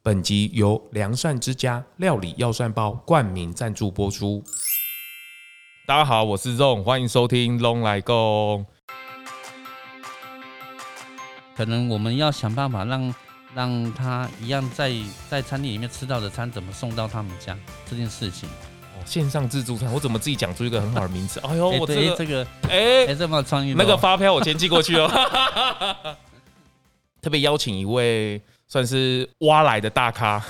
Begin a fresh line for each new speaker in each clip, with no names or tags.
本集由良善之家料理药膳包冠名赞助播出。
大家好，我是 Zong，欢迎收听 Long 哦来共。
可能我们要想办法让让他一样在在餐厅里面吃到的餐怎么送到他们家这件事情。
哦线上自助餐，我怎么自己讲出一个很好的名字？哎呦，
哎
我
对
这个
这个
哎、
哎这么有创意的哦，
那个发票我先寄过去哦。 特别邀请一位算是挖来的大 咖，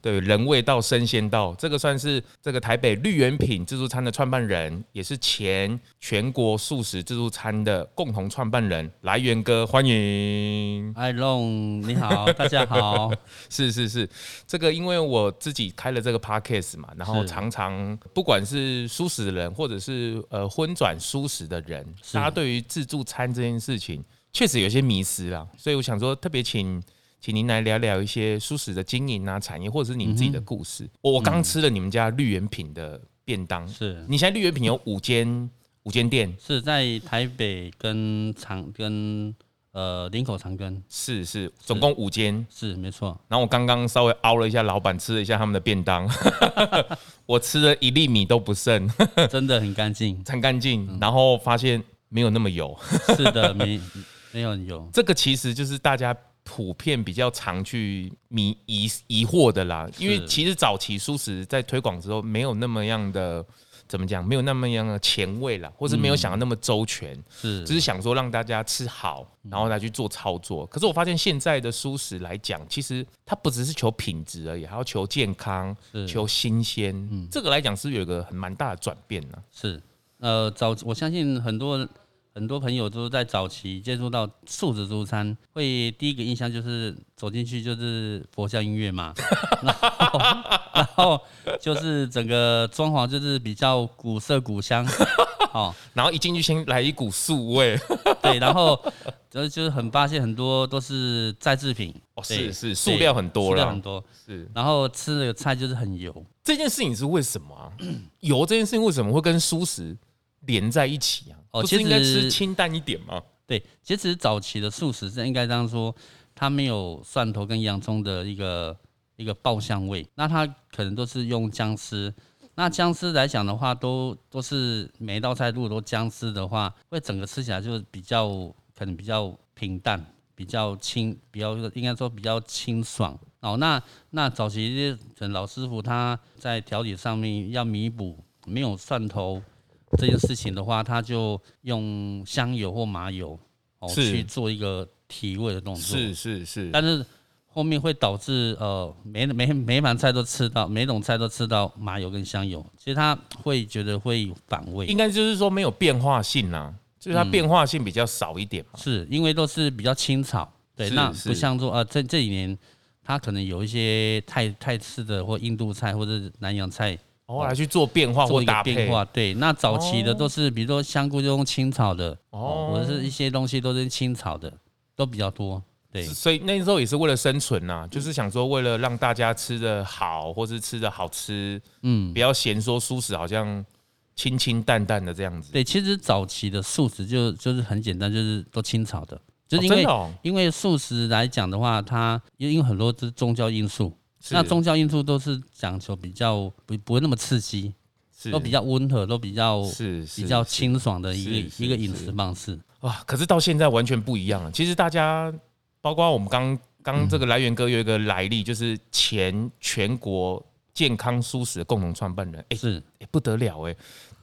对，人味道生鲜道，这个算是这个台北绿源品自助餐的创办人，也是前全国素食自助餐的共同创办人来源哥，欢迎。
哎龙你好， 大家好，
是是是，这个因为我自己开了这个 podcast 嘛，然后
是
常常不管是素食人或者是呃荤转素食的人，
是
大家对于自助餐这件事情确实有些迷失啦，所以我想说特别请。请您来聊聊一些素食的经营啊、产业，或者是您自己的故
嗯
事。我我刚吃了你们家绿源品的便当，
是
你现在绿源品有五间五间店，
是在台北跟长跟呃林口长庚，
是是，总共五间。
是没错，
然后我刚刚稍微凹了一下老板，吃了一下他们的便当， 我吃了一粒米都不剩， ，
真的很干净
很干净。然后发现没有那么油，
是的，没没有有，
这个其实就是大家普遍比较常去迷疑疑惑的啦。因为其实早期素食在推广之后，没有那么样的怎么讲，没有那么样的前卫啦，或是没有想的那么周全。
是
只是想说让大家吃好，然后来去做操作。可是我发现现在的素食来讲，其实它不只是求品质而已，还要求健康、
是嗯
求新鲜。这个来讲是不是有一个很蛮大的转变呢、
是，呃，早我相信很多很多朋友都在早期接触到素食中餐，会第一个印象就是走进去就是佛教音乐嘛， 然后然后就是整个装潢就是比较古色古香，哦，
然后一进去先来一股素 味，
对，然后就就是很发现很多都是再制品，
哦，
对
是是，
对
塑料很多
塑料
了
很，多，
是
然后吃的菜就是很油，
这件事情是为什么啊？油这件事情为什么会跟素食连在一起啊？
哦
不是
其
应该
实
吃清淡一点吗？
对，其实早期的素食是应该这样说，它没有蒜头跟洋葱的一个一个爆香味，那它可能都是用姜丝。那姜丝来讲的话，都都是每一道菜如果都姜丝的话，会整个吃起来就是比较可能比较平淡，比较清，比较应该说比较清爽。哦，那那早期可能老师傅他在调理上面要弥补没有蒜头这件事情的话，他就用香油或麻油哦
是
去做一个提味的动作。
是是是，
但是后面会导致呃，每每每盘菜都吃到，每种菜都吃到麻油跟香油，其实他会觉得会反胃
应，该就是说没有变化性啦、就是
嗯
它变化性比较少一点嘛。
是因为都是比较清炒，对，
是
那
是
不像说啊、呃，这这几年他可能有一些泰泰式的或印度菜或者是南洋菜
哦，来去做变化
做
或
一个
搭配
变化，对，那早期的
哦
都是比如说香菇就用清炒的，
哦
哦，或者是一些东西都是清炒的，都比较多，对，
所以那时候也是为了生存呐、就是想说为了让大家吃的好，或是吃的好吃，
嗯。
不要嫌说素食好像清清淡淡的这样子。
对，其实早期的素食就就是很简单，就是都清炒的，就是
哦
因
真
为、
的哦
因为素食来讲的话，它因为很多是宗教因素，
是
那宗教因素都是讲求比较不不会那么刺激，
是
都比较温和，都比较
是是
比较
是
清爽的一
是
个
是
一个饮食方式。
哇，可是到现在完全不一样了。其实大家，包括我们刚刚
嗯
这个来源哥有一个来历，就是前全国健康素食的共同创办人，哎、
是
欸不得了哎、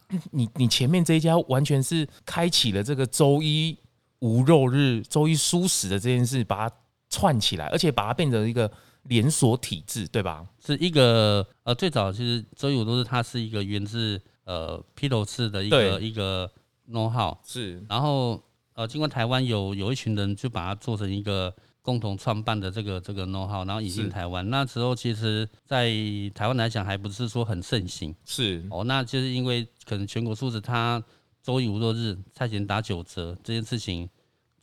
嗯你你前面这一家完全是开启了这个周一无肉日、周一素食的这件事，把它串起来，而且把它变成一个连锁体制，对吧？
是一个呃，最早其实周五都是它是一个源自呃披头士的一个
对
一个 know how，
是
然后呃，经过台湾有有一群人就把它做成一个共同创办的这个这个 know how，然后引
是
进台湾。那时候其实，在台湾来讲还不是说很盛行
是
哦，那就是因为可能全国素食它周一无落日，菜钱打九折这件事情。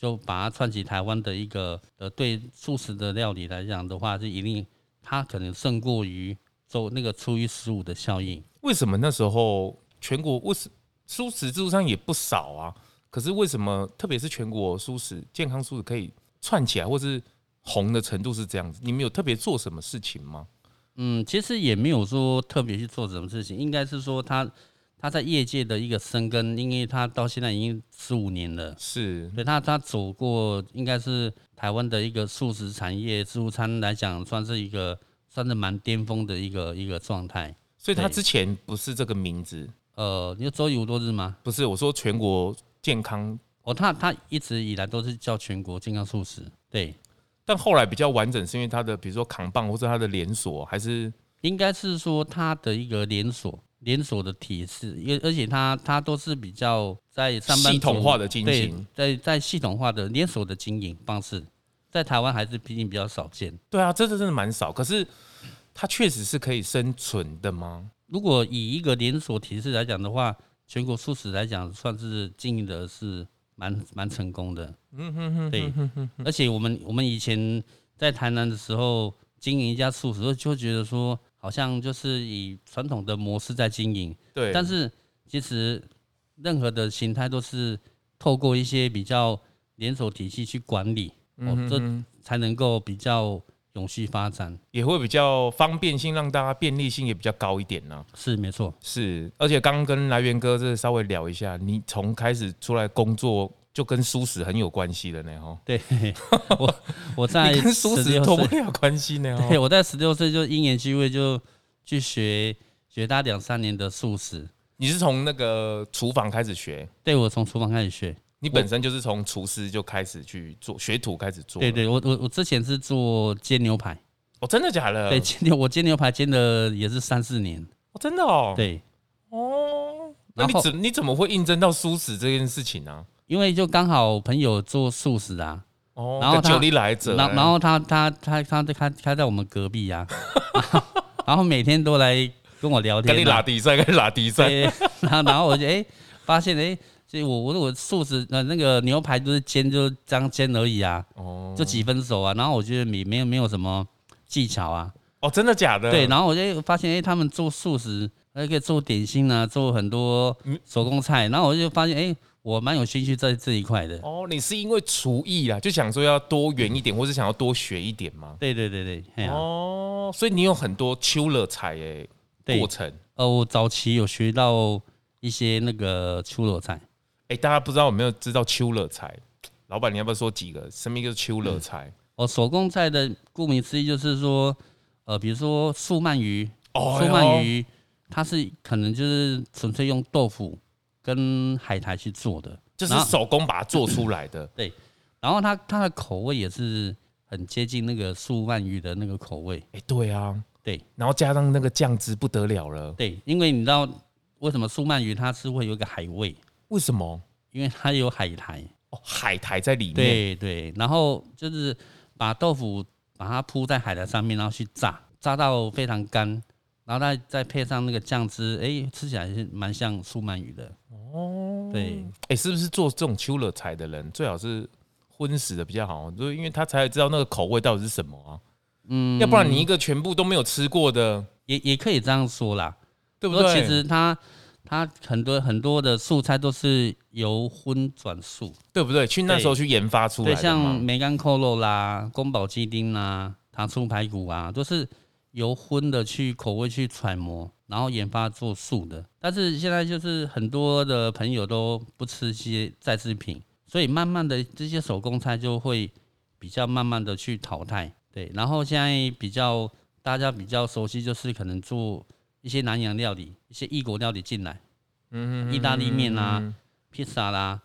就把它串起台湾的一个呃，对素食的料理来讲的话，是一定它可能胜过于周那个初一十五的效应。
为什么那时候全国为什素食自助餐也不少啊？可是为什么特别是全国素食健康素食可以串起来，或是红的程度是这样子。你们有特别做什么事情吗？
嗯，其实也没有说特别去做什么事情，应该是说他他在业界的一个生根，因为他到现在已经十五年了，
是
所以他他走过应该是台湾的一个素食产业自助餐来讲，算是一个算是蛮巅峰的一个一个状态。
所以他
对
之前不是这个名字，
呃，你说周游多日吗？
不是我说全国健康，
哦，他他一直以来都是叫全国健康素食，对，
但后来比较完整，是因为他的比如说扛棒或者他的连锁，还是
应该是说它的一个连锁连锁的体制，而而且它它都是比较在上班
系统
族
化的进行
对，在在系统化的连锁的经营方式，在台湾还是毕竟比较少见。
对啊，这这真的蛮少。可是它确实是可以生存的吗？
如果以一个连锁体制来讲的话，全国素食来讲，算是经营的是蛮蛮成功的。嗯哼哼，对。而且我们我们以前在台南的时候，经营一家素食，就会觉得说好像就是以传统的模式在经营，
对，
但是其实任何的形态都是透过一些比较连锁体系去管理，
嗯
哦，这才能够比较永续发展。
也会比较方便性，让大家便利性也比较高一点呢、
是没错，
是，而且刚刚跟来源哥这稍微聊一下，你从开始出来工作就跟舒适很有关系了呢，哈。
对 我我在
你跟舒
十
适
六
脱不
岁，
了关系呢， 哦
对，
齁
我在十六岁就因缘机会就去学学大两三年的素食，
你是从那个厨房开始学，
对我从厨房开始学，
你本身就是从厨师就开始去做学徒开始做。
对，对我我我之前是做煎牛排，
哦，真的假的？
对煎牛我煎牛排煎了也是三四年，
哦，真的哦。
对。
哦，那你
然后
怎你怎么会应征到舒适这件事情呢、
因为就刚好朋友做素食啊，
哦，
然后他
就你来者，
然后然后他他他他他他在我们隔 壁啊，然后每天都来跟我聊
哎跟你
天、
拉
啊，
比赛，跟你拉比赛，
对， 然后然后我就哎、发现哎、所以我我我素食呃那个牛排就是煎就是这样煎而已啊，
哦
就几分熟啊，然后我觉得没没有没有什么技巧啊，
哦，真的假的？
对，然后我就哎发现哎、他们做素食还可以做点心啊，做很多
嗯
手工菜，然后我就发现哎、我蛮有兴趣在这一块的，
哦，你是因为厨艺啊，就想说要多元一点，或是想要多学一点吗？
对对对嗯对，哎呀、
哦，所以你有很多秋了菜诶
对
过程。
呃，我早期有学到一些那个出肉菜，
哎、大家不知道有没有知道秋了菜？老板，你要不要说几个？什么叫秋了菜？
哦，手工菜的顾名思义就是说，呃，比如说素鳗鱼，
哦
素嗯鳗鱼它是可能就是纯粹用豆腐跟海苔去做的，
就是
然后
手工把它做出来的。
然后它它的口味也是很接近那个素鳗鱼的那个口味，
哎、对啊，
对
然后加上那个酱汁，不得了了。
对，因为你知道为什么素鳗鱼它是会有一个海味，
为什么？
因为它有海苔，
哦，海苔在里面。
对对，然后就是把豆腐把它铺在海苔上面，然后去炸，炸到非常干，然后再再配上那个酱汁，哎、吃起来是蛮像素鳗鱼的。哦，对
哎、是不是做这种秋了菜的人，最好是荤食的比较好？就是因为他才知道那个口味到底是什么啊。嗯，要不然你一个全部都没有吃过的，
也也可以这样说啦。
对
不
不
过
对？
其实它它很多很多的素菜都是由荤转素，
对不对？去那
对
时候去研发出来
对，
的嘛嗯
像梅干扣肉啦、宫保鸡丁啦、糖醋排骨啊，都是由荤的去口味去揣摩，然后研发做素的。但是现在就是很多的朋友都不吃一些再制品，所以慢慢的这些手工菜就会比较慢慢的去淘汰。对，然后现在比较大家比较熟悉就是可能做一些南洋料理、一些异国料理进来，嗯意大利面啊、披萨啦，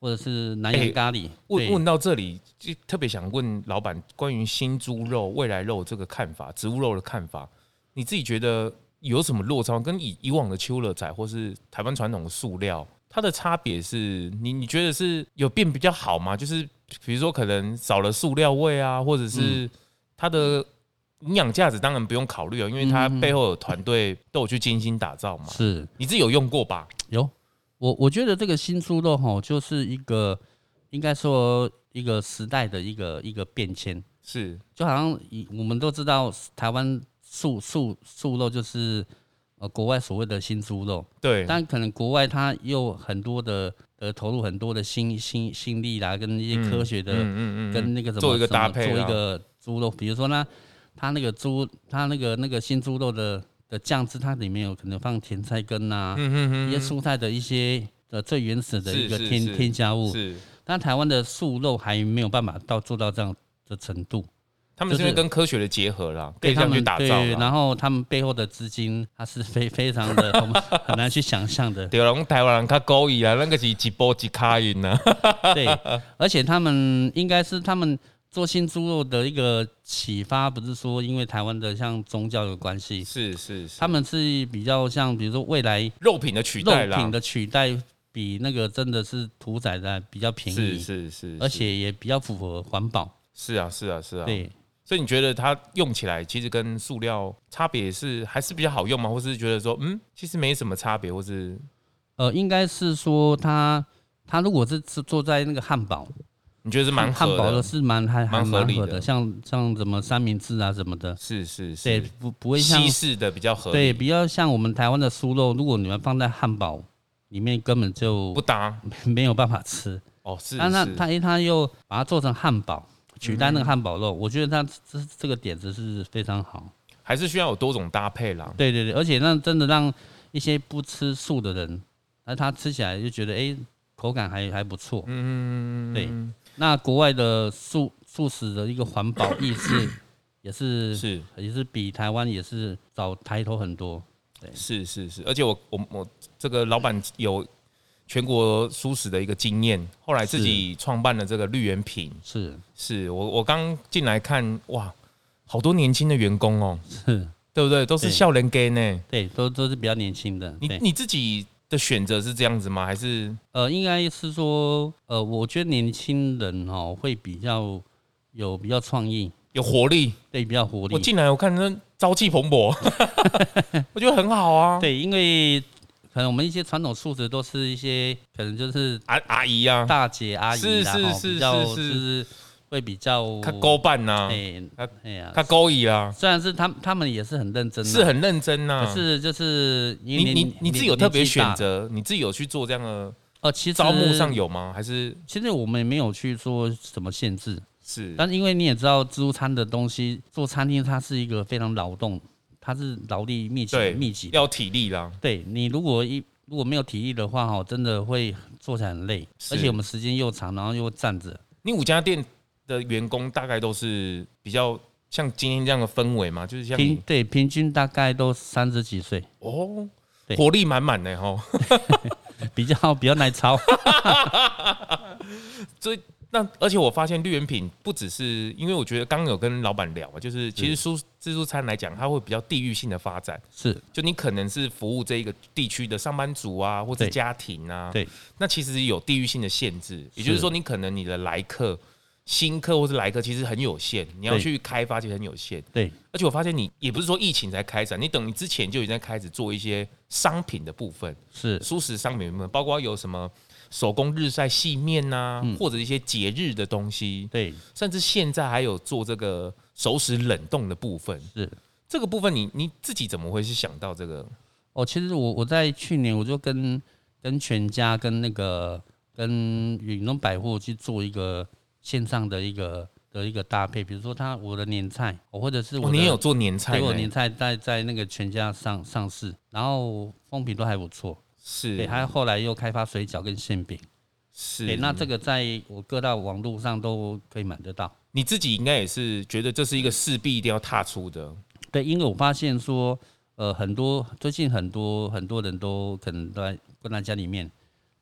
或者是南
哎
洋咖喱。对
问问到这里，就特别想问老板关于新猪肉、未来肉这个看法，植物肉的看法，你自己觉得有什么落差？跟以以往的秋乐仔或是台湾传统的塑料，它的差别是你你觉得是有变比较好吗？就是比如说可能少了塑料味啊，或者是它的营养价值，当然不用考虑啊了，因为它背后有团队都有去精心打造嘛。
是
你自己有用过吧？
有，我我觉得这个新猪肉哈，就是一个应该说一个时代的一个一个变迁，
是
就好像以我们都知道台湾素素素肉就是呃国外所谓的新猪肉，
对，
但可能国外它又很多的呃投入很多的心心心力啦，跟一些科学的、
嗯
跟那个什么
做一个
什么
搭配啊
做一
啦
个猪肉，比如说呢，它那个猪它那个那个新猪肉的的酱汁，它里面有可能放甜菜根啊呐、
嗯
一些蔬菜的一些呃最原始的一个
是是
添
是
添加
嗯
物，
是，
但台湾的素肉还没有办法到做到这样的程度，
他们是因为
就是
跟科学的结合啦，可以这
对他
样去
们
打
对
造，啦。
然后他们背后的资金，它是非 非常 的我们很难去想象的，
对啦，我们台湾人较高义啊，那个是一波一卡啊云呐，
对，而且他们应该是他们做新猪肉的一个启发，不是说因为台湾的像宗教有关系，
是是是，
他们是比较像比如说未来
肉品的取代
肉
啦
品，的取代比那个真的是屠宰的比较便
是
宜，
是是，
而
是
且也比较符合环保，
是啊是啊是啊，
对。
所以你觉得它用起来其实跟塑料差别是还是比较好用吗？或是觉得说嗯，其实没什么差别，或是
呃，应该是说它它如果是是做在那个汉堡，
你觉得是蛮
汉汉
合
堡
的
的？是蛮还还
蛮合
蛮
理
合
的
的，像像什么三明治啊什么的，
是是
对，
是，
不不会像
西式的比较合
对
理，
比较像我们台湾的酥肉，如果你们放在汉堡里面，根本就
不搭
没有办法吃。
哦，是
但它
是嗯
它因为它又把它做成汉堡，取代那个汉堡肉，我觉得它这这个点子是非常好。
还是需要有多种搭配啦。
对对对，而且让真的让一些不吃素的人，那他吃起来就觉得哎、诶口感还还不错。嗯，对。那国外的素素食的一个环保意识也是
是
也是比台湾也是早抬头很多。
是是是，而且我我我这个老板有全国舒食的一个经验，后来自己创办了这个绿源品。
是
是我我刚进来看，哇，好多年轻的员工哦，
是，
对不对？都是
对
笑人 gay 呢。
对，都都是比较年轻的。
你
对，
你自己的选择是这样子吗？还是
呃，应该是说，呃，我觉得年轻人哦会比较有比较创意，
有活力？
对，比较活力
我。进来我看那朝气蓬 勃，我觉得很好啊。
对，因为可能我们一些传统素食都是一些可能就是
阿阿姨啊，
大姐阿姨啦，
是是
吼
是
比较
是
就是是会比较
他勾办呐，
哎
她
哎呀
他，勾引啊，
虽然是他们他们也是很认真的，
是很认真呐
可。是就是因为
你
年
你你自己有特别选？
年纪大
择，你自己有去做这样的
呃，其实
招募上，有吗？还是
其实我们也没有去做什么限制，
是
但因为你也知道自助餐的东西，做餐厅它是一个非常劳动，它是劳力密集
对
密集的。
要体力啦？
对你如果一如果没有体力的话，哈，真的会做起来很累，
是
而且我们时间又长，然后又站着。
你五家店的员工大概都是比较像今天这样的氛围嘛，就是像
平
你
对平均大概都三十几岁，
哦，
对
活力满满的哈。
比较 比较耐操。
所以 那而且我发现绿源品不只是因为我觉得刚刚有跟老板聊啊，就是其实蔬自助餐来讲，它会比较地域性的发展，
是
就你可能是服务这一个地区的上班族啊，或者
对
家庭啊，
对，
那其实有地域性的限制，也就是说你可能你的来客。新客或是来客其实很有限，你要
对
去开发其实很有限。
对
而且我发现你也不是说疫情才开展，你等于之前就已经在开始做一些商品的部分，
是
舒适商品部分，包括有什么手工日晒细面呐、
嗯
或者一些节日的东西，
对
甚至现在还有做这个熟食冷冻的部分。
是。
这个部分你你自己怎么会去想到这个？
哦，其实我我在去年我就跟跟全家跟那个跟远东百货去做一个线上的一个的一个搭配，比如说他我的年菜，哦或者是我
哦，
的、
你也有做年菜
对我
呢？
的年菜在在那个全家上上市，然后风评都还不错。对，
是
他后来又开发水饺跟馅饼，
是、
对，那这个在我各大网络上都可以买得到。
你自己应该也是觉得这是一个势必一定要踏出的，
对，因为我发现说，呃，很多最近很多很多人都可能都在关在家里面，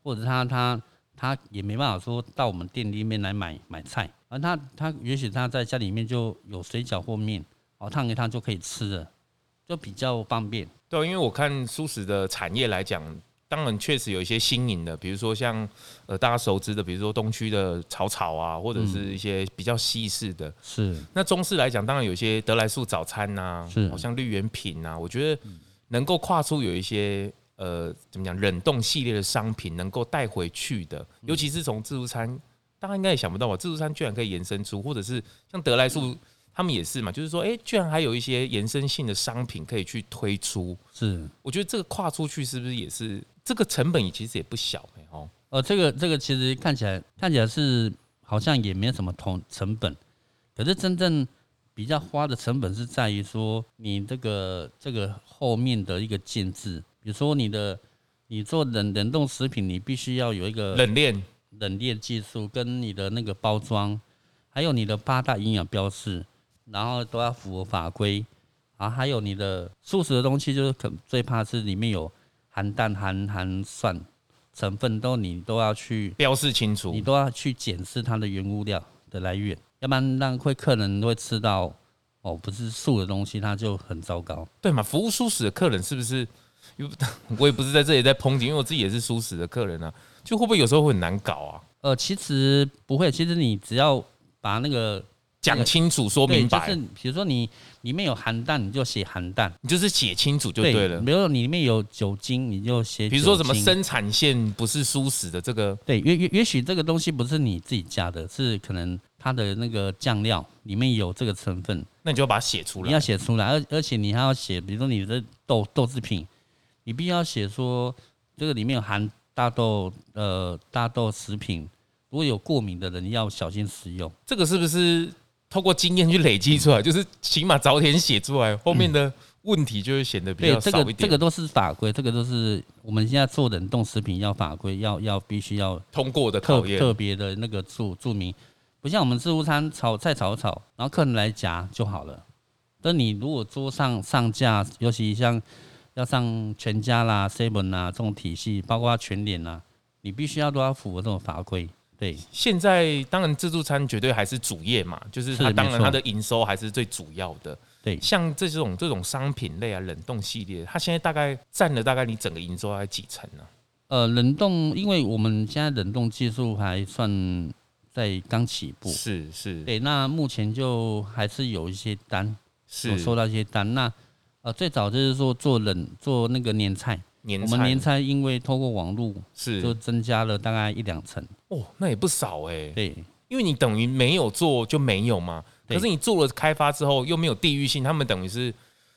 或者他他他也没办法说到我们店里面来买买菜，而他他也许他在家里面就有水饺或面，哦，烫一烫就可以吃了，就比较方便。
对啊，因为我看素食的产业来讲，当然确实有一些新颖的，比如说像呃大家熟知的，比如说东区的草草啊，或
嗯
者是一些比较西式的。
是
那中式来讲，当然有一些德来素早餐呐、
是
好像绿源品啊，我觉得能够跨出有一些呃怎么讲冷冻系列的商品能够带回去的，尤其是从自助餐，大家应该也想不到吧？自助餐居然可以延伸出，或者是像德来素他们也是嘛，就是说，哎、居然还有一些延伸性的商品可以去推出，
是，
我觉得这个跨出去是不是也是这个成本，其实也不小、欸、哦。
呃，这个这个其实看起来看起来是好像也没什么同成本，可是真正比较花的成本是在于说你这个这个后面的一个建制，比如说你的你做冷冷冻食品，你必须要有一个
冷链
冷链技术跟你的那个包装，还有你的八大营养标示，然后都要符合法规。然后还有你的素食的东西，就是可最怕是里面有含蛋、含含蒜成分，都你都要去，
标示清楚
你，都要去检视它的原物料的来源，要不然让会客人会吃到哦不是素的东西，它就很糟糕。
对嘛？服务舒适的客人是不是？ 因为我也不是在这里在抨击，因为我自己也是舒适的客人啊，就会不会有时候会很难搞啊？
呃，其实不会，其实你只要把那个
讲清楚，说
对，
明
就
白，
是比如说你里面有含蛋，你就写含蛋。
你就是写清楚就对了。
比如说你里面有酒精，你就写。
比如说什么？生产线不是舒适的这个，
对，也也也许这个东西不是你自己加的，是可能它的那个酱料里面有这个成分，
那你就要把它写出
你
来
要。写出来，而而且你还要写，比如说你的豆豆制品，你必须要写说这个里面有含大豆呃大豆食品，如果有过敏的人要小心食用。
这个是不是透过经验去累积出来？就是起码早点写出来，后面的问题就会显得比
嗯对，
较
这
少
个
一点。
这个都是法规，这个都是我们现在做冷冻食品要法规，要要必须要
通过的
特
考验，
特别的那个注注明，不像我们自助餐炒菜炒一炒，然后客人来夹就好了。但你如果桌上上架，尤其像要上全家啦、seven 啦这种体系，包括全联啦，你必须要都要符合这种法规。对，
现在当然自助餐绝对还是主业嘛，就是
是
它当
没
然
错
它的营收还是最主要的。
对
像这种这种商品类啊，冷冻系列，它现在大概占了大概你整个营收大概几成呢、
呃，冷冻，因为我们现在冷冻技术还算在刚起步。
是是
对，那目前就还是有一些单，有
是，
收到一些单。那呃，最早就是说做冷做那个年菜，
年
我
菜
们年菜因为透过网络就是增加了大概一两成，
哦，那也不少哎、
对
因为你等于没有做就没有嘛。
对
可是你做了开发之后又没有地域性，他们等于是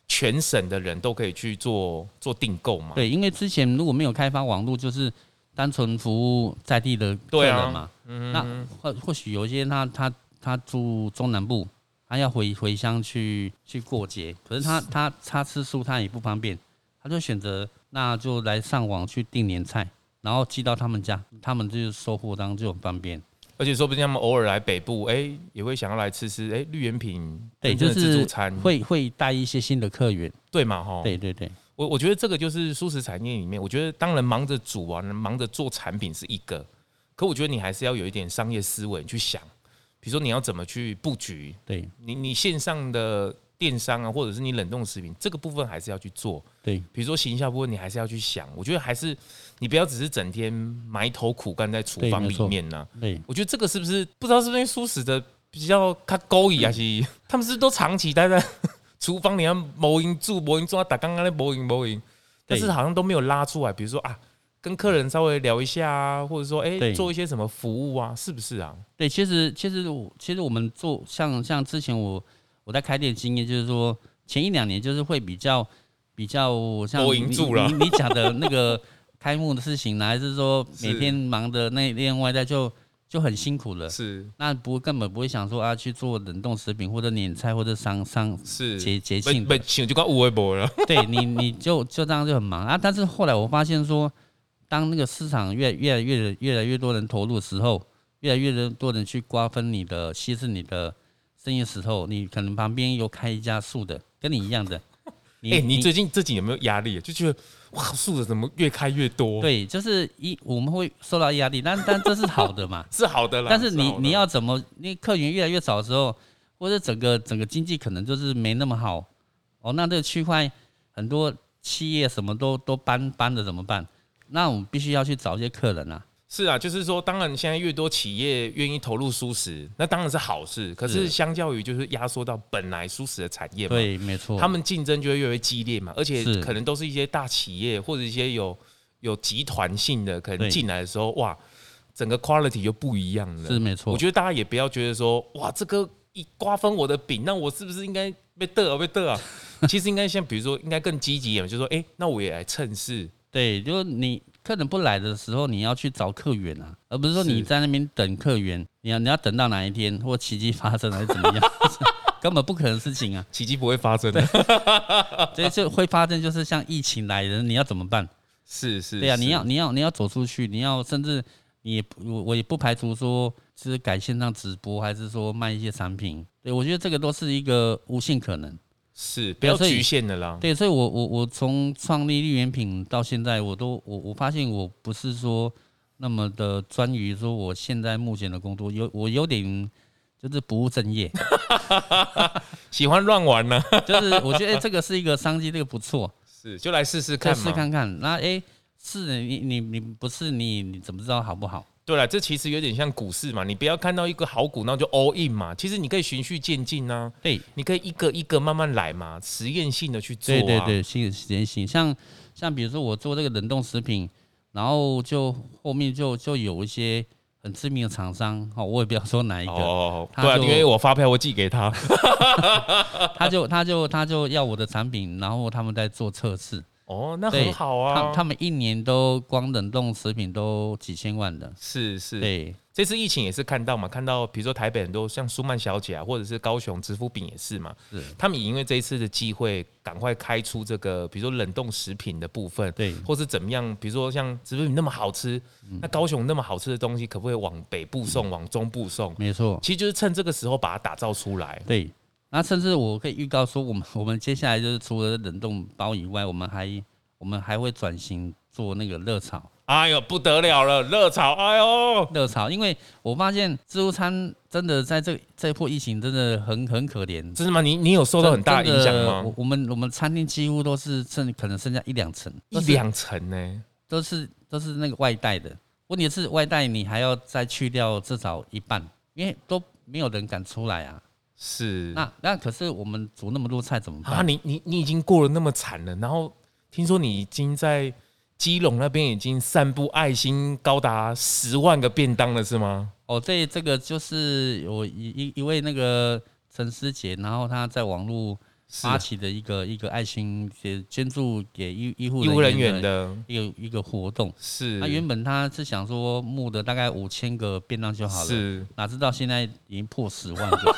全省的人都可以去做做订购嘛。
对，因为之前如果没有开发网络，就是单纯服务在地的客
对
人
啊嗯
嘛，那或或许有一些他他他住中南部，他要回回乡去去过节，可是他他他吃素他也不方便，他就选择那就来上网去订年菜，然后寄到他们家，他们就是收货当就很方便。
而且说不定他们偶尔来北部，哎、也会想要来吃吃哎、绿原品，
对，
真
就
正的自
是
助餐，哦
会会带一些新的客源，
对嘛哈？
对对对，
我我觉得这个就是素食产业里面，我觉得当然忙着煮啊，忙着做产品是一个，可我觉得你还是要有一点商业思维去想，比如说你要怎么去布局，
对
你你线上的电商啊，或者是你冷冻食品这个部分还是要去做，
对
比如说行销部分你还是要去想，我觉得还是你不要只是整天埋头苦干在厨
对
房
没
里
错
面呢、
对。
我觉得这个是不是不知道是不是因为素食的比较他勾引还
嗯
是他们是不是都长期待在 厨房里面谋营住谋营住，打刚刚的谋营谋营，但
对
是好像都没有拉出来，比如说啊。跟客人稍微聊一下啊，或者说哎、
对
做一些什么服务啊，是不是啊？
对，其实其实我其实我们做像像之前我我在开店的经验，就是说前一两年就是会比较比较像
多
你
赢住了
你你讲的那个开幕的事情啊呢，还 是说每
是
天忙的那另外在就就很辛苦了。
是
那不根本不会想说啊去做冷冻食品或者年菜或者商商
是
节节
不
庆的
不，请就刚五微博了，
对你，你就就这样就很忙啊。但是后来我发现说，当那个市场越越来越越来越多人投入的时候，越来越多人去瓜分你的、稀释你的生意的时候，你可能旁边有开一家素的，跟你一样的，你
哎、 你最近自己有没有压力啊？就觉得哇，素的怎么越开越多？，。
对，就是一我们会受到压力，但但这是好的嘛
是好的啦。
但是你
好的
你要怎么，那客源越来越少的时候，或者整个整个经济可能就是没那么好哦，那这个区块很多企业什么都都搬搬的怎么办？那我们必须要去找一些客人啊，
是啊，就是说，当然现在越多企业愿意投入素食，那当然是好事。可是
是
相较于就是压缩到本来素食的产业嘛，
对，没错，
他们竞争就会越来越激烈嘛，而且
是
可能都是一些大企业或者一些有有集团性的，可能
对
进来的时候，哇，整个 quality 就不一样了。
是没错，
我觉得大家也不要觉得说，哇，这个一瓜分我的饼，那我是不是应该被得啊被得啊？ 其实应该像比如说，应该更积极一点，就说，哎、那我也来趁势，
对，就是你客人不来的时候，你要去找客源啊，而不是说
是
你在那边等客源，你要你要等到哪一天或奇迹发生还是怎么样， 根本不可能的事情 啊！
奇迹不会发生的。
这就会发生，就是像疫情来了，你要怎么办？
是是，
对啊，
是
你要你要你要走出去，你要甚至你也不我我也不排除说是改线上直播，还是说卖一些产品。对我觉得这个都是一个无限可能。
是不要
所以
局限的啦。
对，所以我我我从创立绿源品到现在，我都我我发现我不是说那么的专于说我现在目前的工作，有我有点就是不务正业，
喜欢乱玩呢、
就是我觉得、哎诶这个是一个商机，这个不错，
是就来试试
再
看
试
嘛。
看看。那诶，是的你你你不是你你怎么知道好不好？
对了，这其实有点像股市嘛，你不要看到一个好股，那就 all in 嘛。其实你可以循序渐进啊，
对
你可以一个一个慢慢来嘛，实验性的去做、啊。
对对对，行行行，像像比如说我做这个冷冻食品，然后就后面就就有一些很知名的厂商，哦，我也不要说哪一个。
哦，
他
对啊，
就
因为我发票我寄给 他，
他就他就他就要我的产品，然后他们在做测试，
哦，那
对
很好
他
啊。
他们一年都光冷冻食品都几千万的，
是是，
对
这次疫情也是看到嘛，看到比如说台北很多像舒曼小姐啊，或者是高雄直福饼也是嘛，
是
他们也因为这一次的机会，赶快开出这个比如说冷冻食品的部分，
对嗯
或是怎么样，比如说像直播你那么好吃，那高雄那么好吃的东西，可不可以往北部送，往中部送？
没错，
其实就是趁这个时候把它打造出来。
对。那甚至我可以预告说，我们我们接下来就是除了冷冻包以外，我们还我们还会转型做那个热炒，
哎呦，不得了了，热潮！哎呦，
热炒，因为我发现自助餐真的在这这一波疫情真的很很可怜，
真的吗？你你有受到很大影响
真的
吗
我？我们我们餐厅几乎都是剩可能剩下一两层，
一
都是
两成呢？
都是都是那个外带的。问题是外带你还要再去掉至少一半，因为都没有人敢出来啊。
是
那那可是我们煮那么多菜怎么
啊，
办？
你你你已经过得那么惨了，然后听说你已经在基隆那边已经散布爱心高达十万个便当了，是吗？
哦，这这个就是我一一一位那个陈师姐，然后她在网络
是啊
发起的一个一个爱心捐捐助给医医护
医务人员
员的
的，
一个一个活动。
是
那啊原本她是想说募的大概五千个便当就好了，
是
哪知道现在已经破十万个。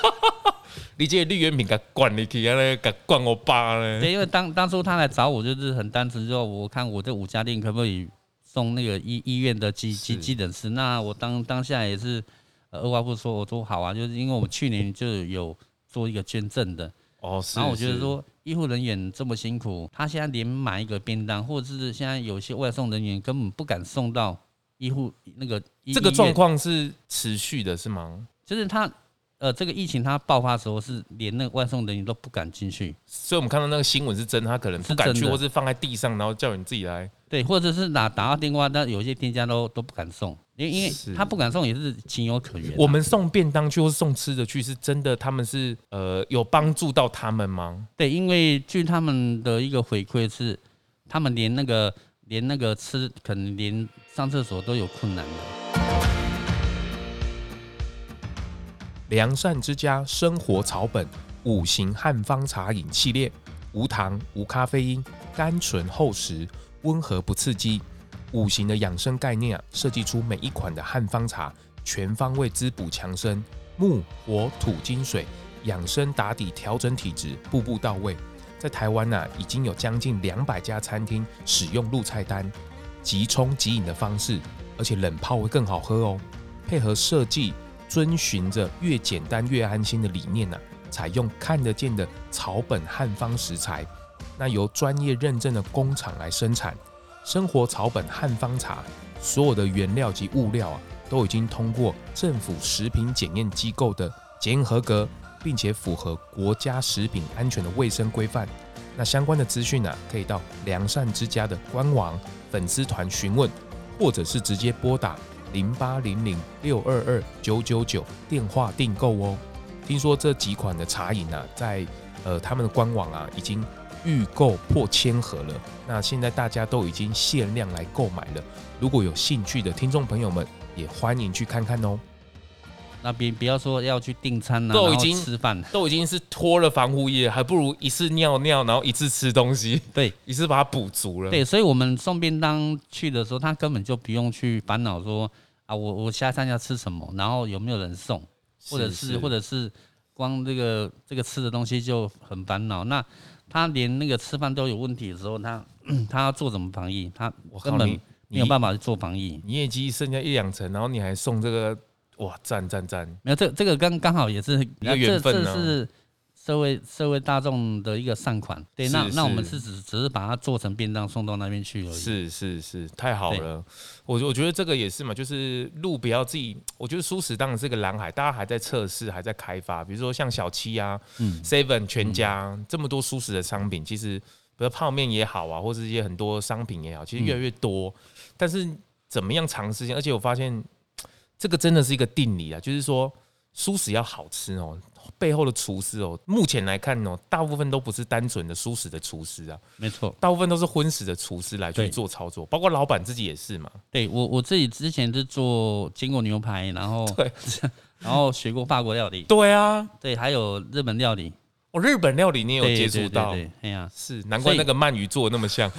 你这个绿原饼给灌你去，安尼给灌我爸呢？
对，因为当当初他来找我，就是很单纯，就我看我这五家店可不可以送那个医医院的急急
是
急诊室。那我当当下也是呃二话不说，我说好啊，就是因为我们去年就有做一个捐赠的，
哦，是
然后我觉得
是
说医护人员这么辛苦，他现在连买一个便当，或者是现在有些外送人员根本不敢送到医护那个医
这个状，
医院
况是持续的，是吗？
就是他。呃，这个疫情它爆发的时候，是连那个外送人员都不敢进去，
所以我们看到那个新闻是真的，他可能不
是
敢
真
去，
的
或是放在地上，然后叫你自己来。
对，或者是打打到电话，但有些店家都都不敢送，因为因
是
为他不敢送也是情有可原啊、
我们送便当去或是送吃的去，是真的，他们是呃有帮助到他们吗？
对，因为据他们的一个回馈是，他们连那个连那个吃，可能连上厕所都有困难的。
良善之家生活草本五行汉方茶饮系列，无糖、无咖啡因，甘醇厚实，温和不刺激。五行的养生概念啊，设计出每一款的汉方茶，全方位滋补强身，木、火、土、金、水，养生打底，调整体质，步步到位。在台湾呢、已经有将近两百家餐厅使用入菜单，即冲即饮的方式，而且冷泡会更好喝哦。配合设计，遵循着越简单越安心的理念呢、采用看得见的草本汉方食材，那由专业认证的工厂来生产。生活草本汉方茶，所有的原料及物料啊，都已经通过政府食品检验机构的检验合格，并且符合国家食品安全的卫生规范。那相关的资讯呢、可以到良善之家的官网、粉丝团询问，或者是直接拨打零八零零六二二九九九电话订购哦。听说这几款的茶饮啊，在呃他们的官网啊已经预购破千盒了，那现在大家都已经限量来购买了。如果有兴趣的听众朋友们，也欢迎去看看哦。
那别不要说要去订餐呐、啊，
都已
然后
经
吃饭，
都已经是脱了防护液，还不如一次尿尿，然后一次吃东西，
对
一次把它补足了。
对，所以我们送便当去的时候，他根本就不用去烦恼说啊，我我下一餐要吃什么，然后有没有人送，或者是或者是光这个这个吃的东西就很烦恼。那他连那个吃饭都有问题的时候，他 他要做什么防疫？他
我靠
根本
你
没有办
法，
法去做防疫。
你业绩剩下一两成，然后你还送这个，哇，赞赞赞！
没有，这这个刚刚好也是
个缘分啊
这这是社会社会大众的一个善款。对，
是
那那我
是
们是只只是把它做成便当送到那边去而已。
是是是，太好了！我我觉得这个也是嘛，就是路不要自己。我觉得素食当然是个蓝海，大家还在测试，还在开发。比如说像小七啊、
嗯
Seven、全家、这么多素食的商品，其实比如泡面也好啊，或是一些很多商品也好，其实
嗯
越来越多。但是怎么样长时间？而且我发现这个真的是一个定理啊，就是说素食要好吃哦。背后的厨师哦，目前来看哦，大部分都不是单纯的素食的厨师啊，
没错。
大部分都是荤食的厨师来去
对
做操作，包括老板自己也是嘛。
对我我自己之前是做坚果牛排，然后
对
然后学过法国料理，
对啊，
对，还有日本料理，
哦，日本料理你也有
对
接触到，
对对对哎呀、
是难怪
所以
那个鳗鱼做的那么像。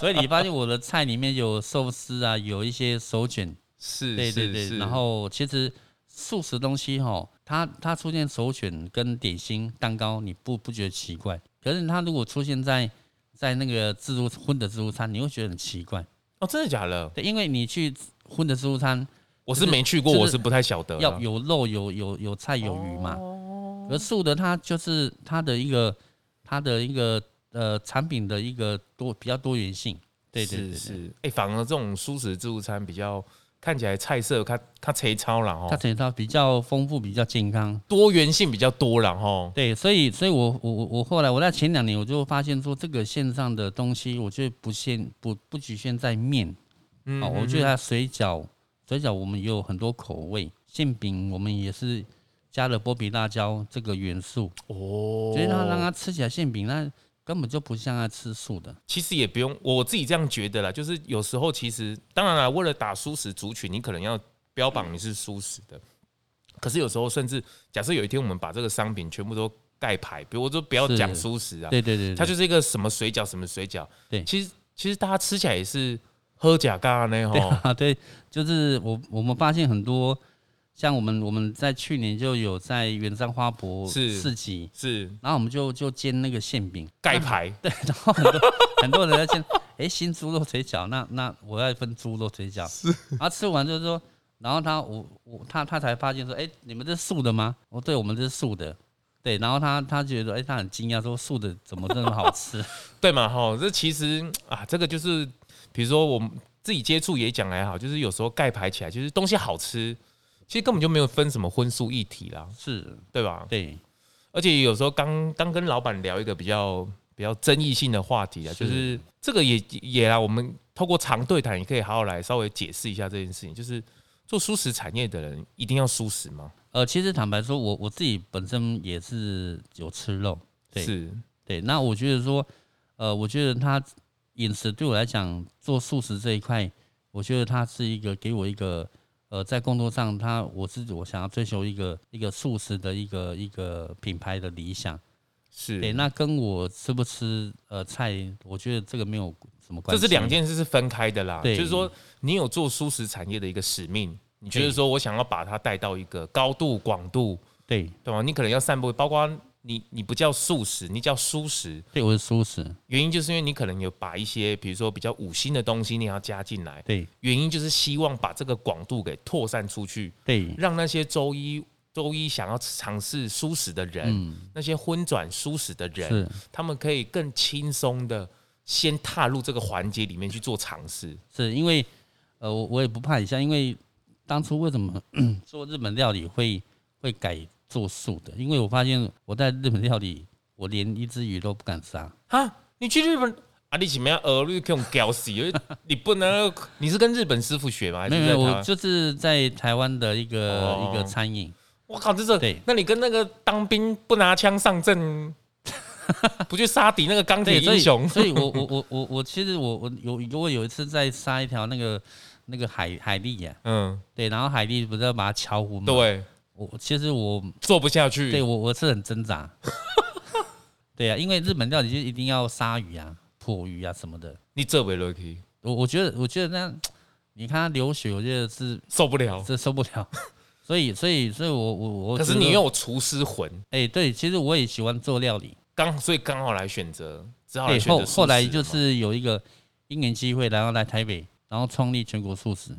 所以你发现我的菜里面有寿司啊，有一些手卷，
是，
对对
是
对，
是
然后其实素食东西哈，它它出现手卷跟点心、蛋糕，你不不觉得奇怪？可是它如果出现在在那个自助荤的自助餐，你会觉得很奇怪。
哦，真的假的？
对，因为你去荤的自助餐
我
就是是
没去过，
就是
我是不太晓得啦。啊
要有肉、有有有菜、有鱼嘛，
哦
而素的它就是它的一个它的一个呃产品的一个多比较多元性。对对对
是
对，
是，哎、反而这种素食自助餐比较看起来菜色它它贼超了
它
哦，
等于它比较丰富、比较健康，
多元性比较多了哦。
对，所以，所以我我我我后来我在前两年我就发现说，这个线上的东西，我觉得不限不不局限在面
嗯
啊、哦，我觉得它水饺水饺我们也有很多口味，馅饼我们也是加了剥皮辣椒这个元素，
哦，
所以它让它吃起来馅饼那根本就不像在吃素的，
其实也不用，我自己这样觉得啦，就是有时候其实，当然啦，为了打舒适族群，你可能要标榜你是舒适的，可是有时候甚至假设有一天我们把这个商品全部都盖牌，比如我就不要
是
讲舒适啊，
对对对对，
它就是一个什么水饺什么水饺，
对
其实其实大家吃起来也是喝假咖呢
对
吼，
啊， 对，就是我我们发现很多，像我们我们在去年就有在远山花博
是
市集，
是
然后我们就就煎那个馅饼。
盖 牌，
对，然后很多很多人在见，哎、新猪肉腿饺，那那我要一份猪肉腿饺。是，然后吃完就是说，然后他我我他他才发现说，哎、你们这是素的吗？哦，对，我们这是素的。对，然后他他觉得，哎、他很惊讶，说素的怎么这么好吃？
对嘛吼，这其实啊，这个就是比如说我们自己接触也讲还好，就是有时候盖牌起来，就是东西好吃，其实根本就没有分什么荤素一体啦，
是，
对吧？
对，
而且有时候刚刚跟老板聊一个比较比较争议性的话题啊，
是
就是这个也也啊，我们透过长对谈也可以好好来稍微解释一下这件事情，就是做舒适产业的人一定要舒适吗？
呃，其实坦白说，我我自己本身也是有吃肉，对
是
对，那我觉得说，呃，我觉得他饮食对我来讲，做素食这一块，我觉得它是一个给我一个，呃，在工作上，他我是我想要追求一个一个素食的一个一个品牌的理想。
是，
对，那跟我吃不吃呃菜，我觉得这个没有什么关
这
系。
是两件事是分开的啦。
对
就是说你有做舒适产业的一个使命，你觉得
对
说我想要把它带到一个高度广度，
对
对吧？你可能要散布，包括你你不叫素食，你叫舒适，
对，我是素食。
原因就是因为你可能有把一些比如说比较五星的东西你也要加进来。
对
原因就是希望把这个广度给拓散出去，
对，
让那些周一周一想要尝试舒适的人，
嗯，
那些荤转舒适的人，
是
他们可以更轻松的先踏入这个环节里面去做尝试。
是因为呃，我我也不怕一下，因为当初为什么 做日本料理会会改做素的？因为我发现我在日本料理，我连一只鱼都不敢杀。
啊，你去日本啊？你怎么样？俄律这种屌死，因为你不能，你是跟日本师傅学吗？还
没
是
有
在
没有，
台
我
湾？
就是在台湾的一个、
哦
一个餐饮，
我靠，这是
对
那你跟那个当兵不拿枪上 阵，不去杀敌那个钢铁
对，所
英
以
雄，
所以我我我我我其实我我有我有一次在杀一条那个那个海海蛎呀、
嗯，
对，然后海蛎不是要把它敲昏吗？
对，
我其实我
做不下去，
对我我是很挣扎。 对啊，因为日本料理就一定要鲨鱼啊、破鱼啊什么的。
你这为 lucky
我我觉得，我觉得那样你看他流血，我觉得是
受不了。
这受不了。 所以，所以，所以我我我
可是
觉得
你又有厨师魂，
哎、对，其实我也喜欢做料理。
刚所以刚好来选择，只好来
对，
选择
后
素
后来
食
就
嘛
是有一个因缘机会，然后来台北，然后创立全国素食。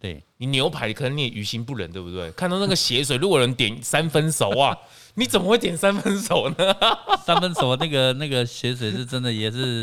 对，
你牛排可能你也于心不忍，对不对？看到那个血水，如果有人点三分熟 啊，你怎么会点三分熟呢？
三分熟那个那个血水是真的，也是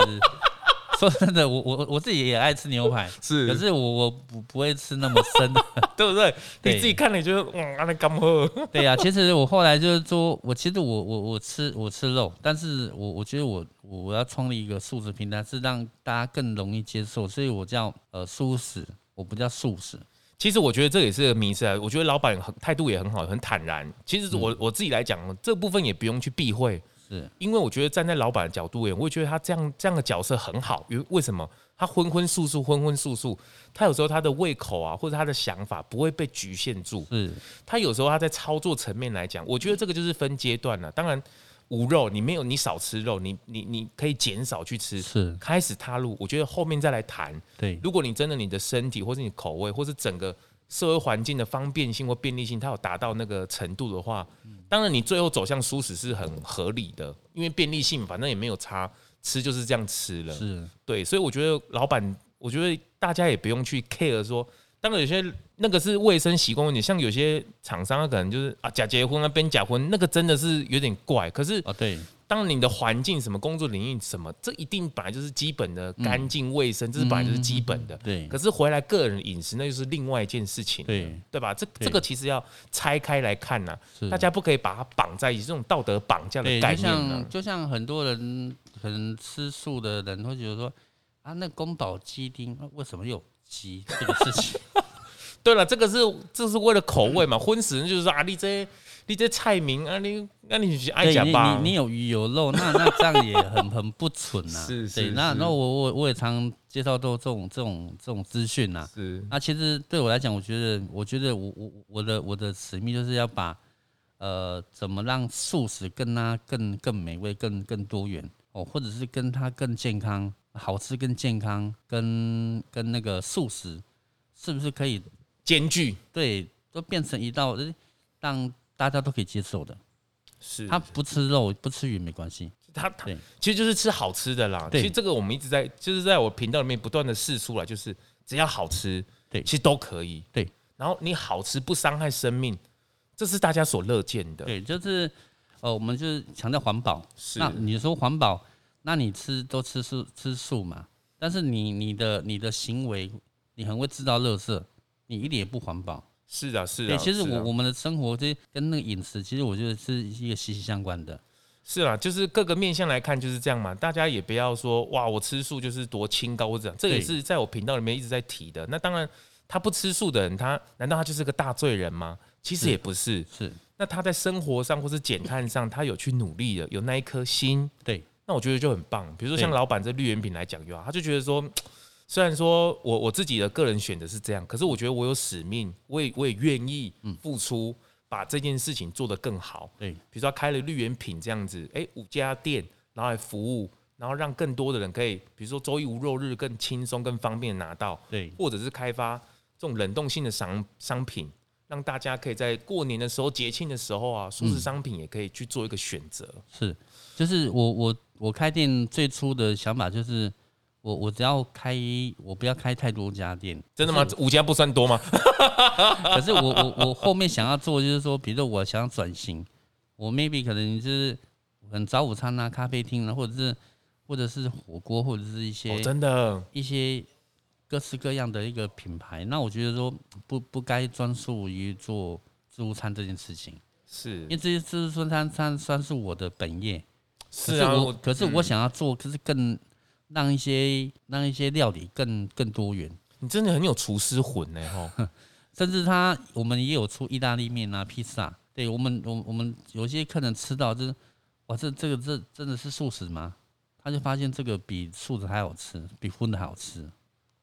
说真的，我我我自己也爱吃牛排，
是
可是我我不不会吃那么深的。
对不对？
对
你自己看了你就嗯，啊那干喝，
对呀、其实我后来就是说，我其实我我我吃我吃肉，但是我我觉得我我我要创立一个素食平台，是让大家更容易接受，所以我叫呃素食，我不叫素食。
其实我觉得这也是个迷思啊。我觉得老板很态度也很好，很坦然。其实我、我自己来讲，这部分也不用去避讳，
是
因为我觉得站在老板的角度也，我也觉得他这样这样的角色很好。因为为什么他荤荤素素，荤荤素素，他有时候他的胃口啊，或者他的想法不会被局限住。
是
他有时候他在操作层面来讲，我觉得这个就是分阶段啊了、当然，无肉你没有，你少吃肉，你你你可以减少去吃，
是，
开始踏入，我觉得后面再来谈。
对
如果你真的你的身体或是你口味或是整个社会环境的方便性或便利性，它有达到那个程度的话，当然你最后走向舒适是很合理的，因为便利性反正也没有差，吃就是这样吃了。
是
对，所以我觉得老板，我觉得大家也不用去 care 说，当然有些那个是卫生习惯问题，像有些厂商他可能就是啊假结婚啊边假婚，那个真的是有点怪。可是
哦对
当你的环境什么工作领域什么，这一定本来就是基本的干净卫生，这是本来就是基本的。
对
可是回来个人饮食，那就是另外一件事情，
对
对吧？这
对
这个其实要拆开来看呐、
是，
大家不可以把它绑在一起，这种道德绑架的
对，
概
就
念呢、
像就像很多人可能吃素的人会觉得说啊，那宫保鸡丁啊为什么有鸡这个事情？
对了，这个是这是为了口味嘛，荤食人就是说啊，你这你这菜名啊，你那你是爱
对
假
你
吧？
你你有鱼有肉，那 那这样也很很不蠢呐、
是是
对，那
是
那我我我也常接到到这种这种这种资讯呐。
是
那其实对我来讲，我觉得我觉得我我我的我的使命就是要把呃怎么让素食更啊更更美味、更更多元哦，或者是跟它更健康、好吃、更健康，跟跟那个素食是不是可以
兼具
对都变成一道呃让大家都可以接受的？
是
他
他
不吃肉、不吃鱼没关系。
他他
对
其实就是吃好吃的啦。其
对
实这个我们一直在就是在我频道里面不断的试出来，就是只要好吃，
对
其实都可以。
对，
然后你好吃不伤害生命，这是大家所乐见的。
对，就是呃，我们就是强调环保。
是
那你说环保，那你吃都吃素吃素嘛？但是你你的你的行为，你很会制造垃圾，你一点也不环保。
是啊是
对，
啊，
其
是
实
啊
我我们的生活这跟那个饮食，其实我觉得是一个息息相关的。
是啦，就是各个面向来看就是这样嘛，大家也不要说哇，我吃素就是多清高或者这样，这也
对
是在我频道里面一直在提的。那当然，他不吃素的人，他难道他就是个大罪人吗？其实
是
也不是。
是
那他在生活上或是减碳上，他有去努力的，有那一颗心，
对
那我觉得就很棒。比如说像
对
老板这绿原品来讲就好，他就觉得说，虽然说我我自己的个人选择是这样，可是我觉得我有使命，我也我也愿意付出，把这件事情做得更好。
对
比如说他开了绿园品这样子，哎，五家店，然后来服务，然后让更多的人可以，比如说周一无肉日更轻松、更方便地拿到，
对
或者是开发这种冷冻性的商商品，让大家可以在过年的时候、节庆的时候啊，素食商品也可以去做一个选择。
是，就是我我我开店最初的想法就是，我我只要开，我不要开太多家店。
真的吗？五家不算多吗？
可是我我我后面想要做，就是说，比如说我想要转型，我 maybe 可能就是很早午餐啊、咖啡厅啊，或者是或者是火锅，或者是一些、
哦，真的
一些各式各样的一个品牌。那我觉得说不不该专注于做自助餐这件事情，
是
因为这些自助餐餐算是我的本业。可
是啊，
我可是我
嗯
想要做，就是更让一些让一些料理更更多元。
你真的很有厨师魂呢，哈，
甚至他我们也有出意大利面啊、披萨。对我们，我我们有些客人吃到就是，哇，这这个这真的是素食吗？他就发现这个比素食还好吃，比荤的还好吃。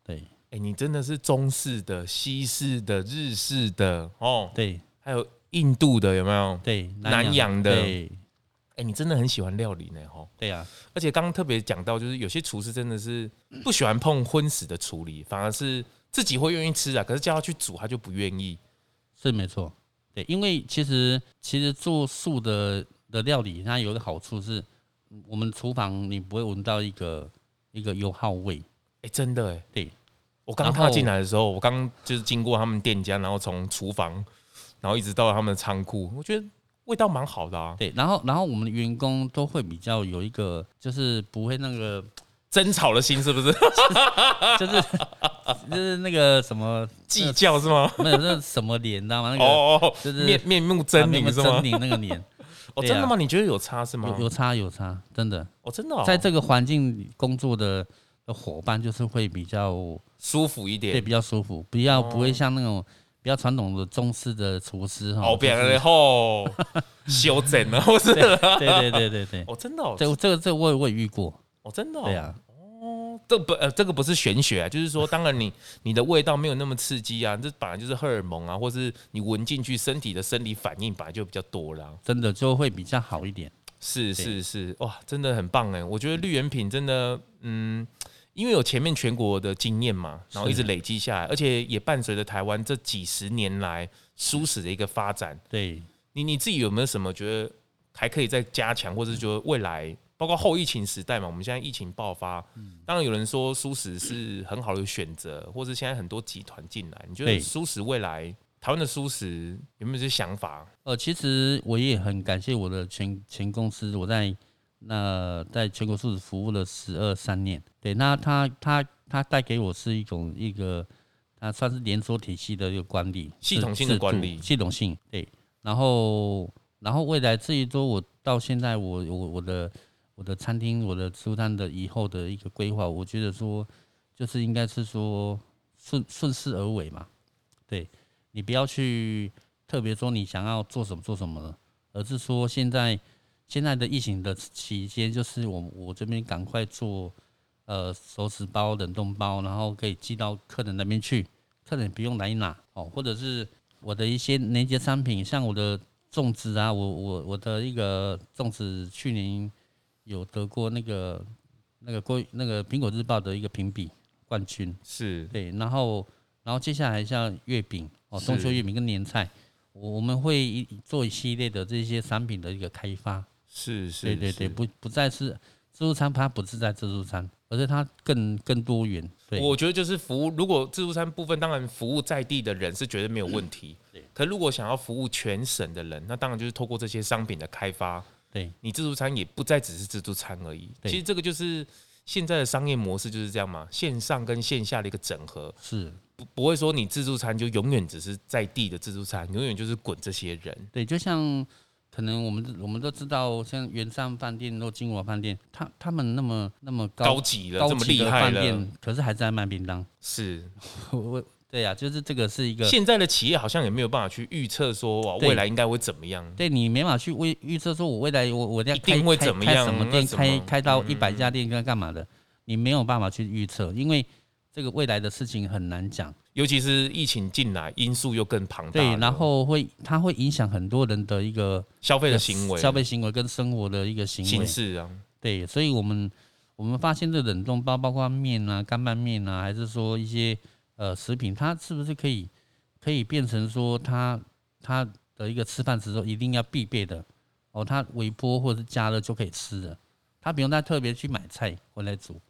对，
哎、你真的是中式的、西式的、日式的哦，
对
还有印度的有没有？
对，
南洋的
对
哎、你真的很喜欢料理呢哦。
对啊，
而且刚刚特别讲到，就是有些厨师真的是不喜欢碰荤食的处理，反而是自己会愿意吃啊，可是叫他去煮，他就不愿意。
是没错。对，因为其实其实做素的的料理，它有一个好处是，我们厨房你不会闻到一个一个油耗味。
哎、真的哎、
对，
我刚
然
踏
后
进来的时候，我刚就是经过他们店家，然后从厨房，然后一直到他们的仓库，我觉得味道蛮好的啊，
对，然后然后我们的员工都会比较有一个，就是不会那个，
争吵的心是不 是
就是就是那个什么，
计较是吗？
没有那什么脸，你知道吗？那个
哦哦，
就是啊
面面目狰狞是
狰
吗？
狞那个 脸，
哦，
对啊
真的吗？你觉得有差是吗
有？有差有差，真的，
哦，真的哦，
在这个环境里工作的的伙伴就是会比较
舒服一
对
点。
比较舒服，不
哦
要不会像那种比较传统的中式的厨师哈，
哦，
就
别
是
然后 修整 了，我是
对对对对对 对，
哦，真的哦，
这个这个这个我也我也遇过，
哦，真的哦，
对啊，
这不呃，这个不是玄学啊，就是说，当然你你的味道没有那么刺激啊，这本来就是荷尔蒙啊，或是你闻进去身体的生理反应本来就比较多啦。
真的就会比较好一点。
是
对
是是，哇，真的很棒哎！我觉得绿原品真的，嗯，因为有前面全国的经验嘛，然后一直累积下来，而且也伴随着台湾这几十年来舒适的一个发展。
对，
你你自己有没有什么觉得还可以再加强，或者是觉得未来包括后疫情时代嘛？我们现在疫情爆发，
嗯
当然有人说素食是很好的选择，或是现在很多集团进来，你觉得
对
素食未来台湾的素食有没有一些想法？
呃，其实我也很感谢我的前前公司，我在那、在全国素食服务了十二三年。对，那它它它带给我是一种一个，它算是连锁体系的一个管理
系
制
统性的
制
管
度
理
系统性对。然后然后未来至于说我到现在我我我的我的餐厅我的自助餐的以后的一个规划，我觉得说就是应该是说顺顺势而为嘛，对你不要去特别说你想要做什么做什么了，而是说现在现在的疫情的期间，就是我我这边赶快做呃熟食包、冷冻包，然后可以寄到客人那边去，客人不用来拿哦，或者是我的一些年节商品，像我的粽子啊，我我我的一个粽子去年有得过那个那个过那个苹果日报的一个评比冠军，
是
对，然后然后接下来像月饼哦，中秋
是
月饼跟年菜，我我们会一做一系列的这些产品的一个开发。
是是，
对对
是
对，不不再是自助餐，它不是在自助餐，而是它更更多元。对，
我觉得就是服务，如果自助餐部分，当然服务在地的人是绝对没有问题。
嗯
可如果想要服务全省的人，那当然就是透过这些商品的开发，
对
你自助餐也不再只是自助餐而已。
对
其实这个就是现在的商业模式就是这样嘛，线上跟线下的一个整合，
是，
不不会说你自助餐就永远只是在地的自助餐，永远就是滚这些人。
对，就像可能我们我们都知道，像圆山饭店、或金华饭店，他他们那么那么
高
高
级了，这
高
么
级
厉
的
害
饭
了，
店，可是还在卖便当。
是
我我对呀、就是这个是一个
现在的企业好像也没有办法去预测说哇
对
未来应该会怎么样。
对你没法去预预测说，我未来我我要
一
开
定会
开
怎么
开
样
什么店
那什么嗯
开开到一百家店，该干嘛的，你没有办法去预测，因为这个未来的事情很难讲。
尤其是疫情进来，因素又更庞大了。
对，然后会它会影响很多人的一个
消费的行为、
消费行为跟生活的一个行
形
为。
式啊，
对，所以我们我们发现这冷冻包，包括面啊、干拌面啊，还是说一些呃食品，它是不是可以可以变成说它它的一个吃饭时候一定要必备的哦，它微波或者是加热就可以吃的，它不用再特别去买菜回来煮，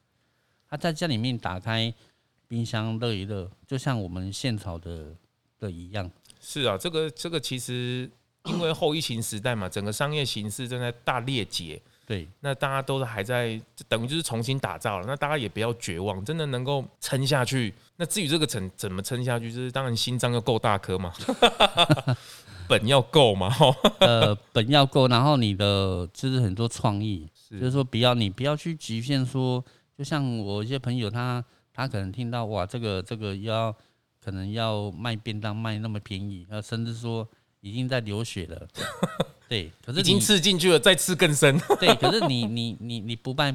它在家里面打开冰箱热一热，就像我们现炒的的一样。
是啊，这个这个其实因为后疫情时代嘛，整个商业形势正在大裂解，
对
那大家都是还在等于就是重新打造了，那大家也不要绝望，真的能够撑下去。那至于这个怎怎么撑下去，就是当然心脏要够大 颗嘛，本要够嘛，哦吼
呃，本要够，然后你的就是很多创意，就是说不要你不要去局限说，就像我一些朋友他他可能听到哇这个这个要可能要卖便当卖那么便宜，呃甚至说已经在流血 了，对，可是
已经
你
刺进去了，再刺更深。
对，可是你你你你不卖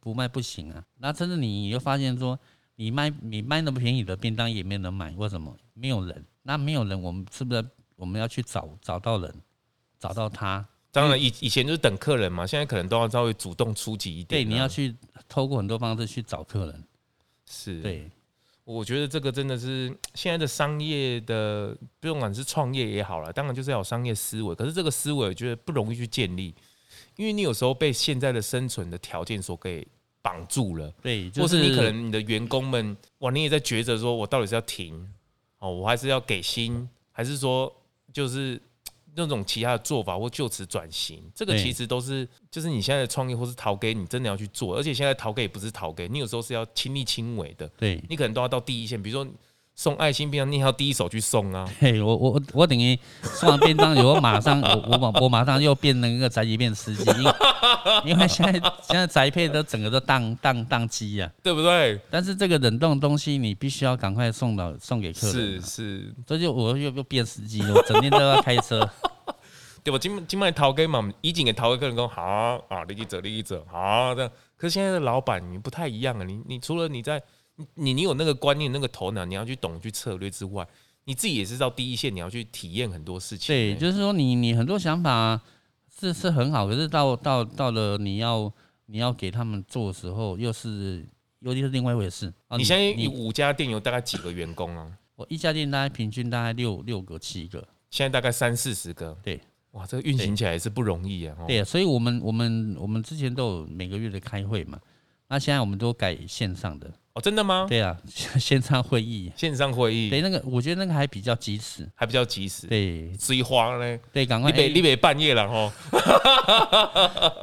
不卖不行啊，然后甚至你又发现说你卖你卖那么便宜的便当也没人买，为什么？没有人，那没有人，我们是不是我们要去找找到人，找到他？
当然以以前就是等客人嘛，现在可能都要稍微主动出击一点
对，
啊。
你要去透过很多方式去找客人。
是，
对，
我觉得这个真的是现在的商业的，不管是创业也好了，当然就是要有商业思维。可是这个思维我觉得不容易去建立，因为你有时候被现在的生存的条件所给绑住了。
对，
或
就是
你可能你的员工们，哇，你也在抉择，说我到底是要停哦，我还是要给薪，还是说就是那种其他的做法或就此转型？这个
对
其实都是就是你现在的创业或是逃给，你真的要去做，而且现在逃给也不是逃给，你有时候是要亲力亲为的，
对，
你可能都要到第一线，比如说送爱心便当，你也要第一手去送啊。
嘿，我我我我等于送完便当以后，马上我我马我马上又变成一个宅急便司机，因为因为现在现在宅配都整个都宕宕宕机呀。
对不对？
但是这个冷冻东西你必须要赶快送到送给客人
是
啊，
是，
这就我又又变司机了，我整天都要开车。
对吧？今今麦逃给嘛，以前给逃给客人说好啊，利益者利益者好这样。可是现在的老板你不太一样啊，你你除了你在你你有那个观念、那个头脑，你要去懂去策略之外，你自己也是到第一线，你要去体验很多事情欸、
对，就是说你你很多想法是是很好，可是到到到了你要你要给他们做的时候，又是又是另外一回事啊。
你现在有
你
五家店有大概几个员工啊？
我一家店大概平均大概六六个七个，
现在大概三四十个。
对，
哇，这个运行起来也是不容易啊。哦
对，所以我们我们我们之前都有每个月的开会嘛，那现在我们都改线上的，
哦，真的吗？
对啊，线上会议，
线上会议
对那个我觉得那个还比较及时，
还比较及时。
对
追花呢？
对，赶快
你
哎
别你别半夜了哦，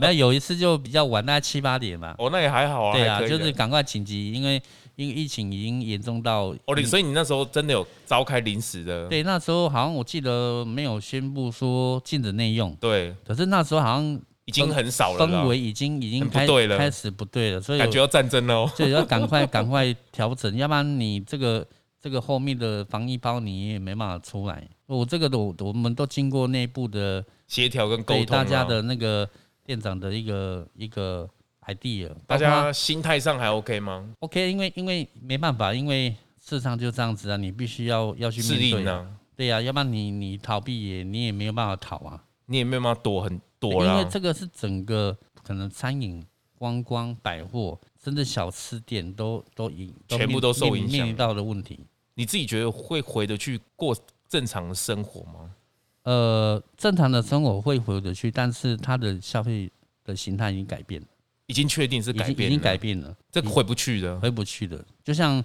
那有一次就比较晚，大概七八点嘛，
哦，那也还好啊。
对
还
啊，
可以
就是
的
赶快紧急，因为因为疫情已经严重到
哦，你所以你那时候真的有召开临时的。
对，那时候好像我记得没有宣布说禁止内用，
对，
可是那时候好像
已经很少了啦，
氛围已经已经
很不
开
对了
开始不对了，所以
感觉要战争了哦。
就要赶快赶快调整，要不然你这个这个后面的防疫包你也没办法出来。我这个的我我们都经过内部的
协调跟沟
对
通，啊
大家，的那个店长的一个一个 idea，
大
包括
家心态上还 OK 吗？
OK，因为因为没办法，因为市场就这样子啊，你必须要要去
适
面
应
对啊，
呢？
对呀、啊，要不然你你逃避也你也没有办法逃啊。
你也没有办法躲很躲
因为
啦。
这个是整个可能餐饮、观光、百货，甚至小吃店都都影
全部
面
都受
面临
影响
面临到的问题。
你自己觉得会回得去过正常的生活吗？
呃，正常的生活会回得去，但是它的消费的形态已经改变了，
已经确定是改
已经已
变，
经改，变了，
这个回不去的。
回不去了。就像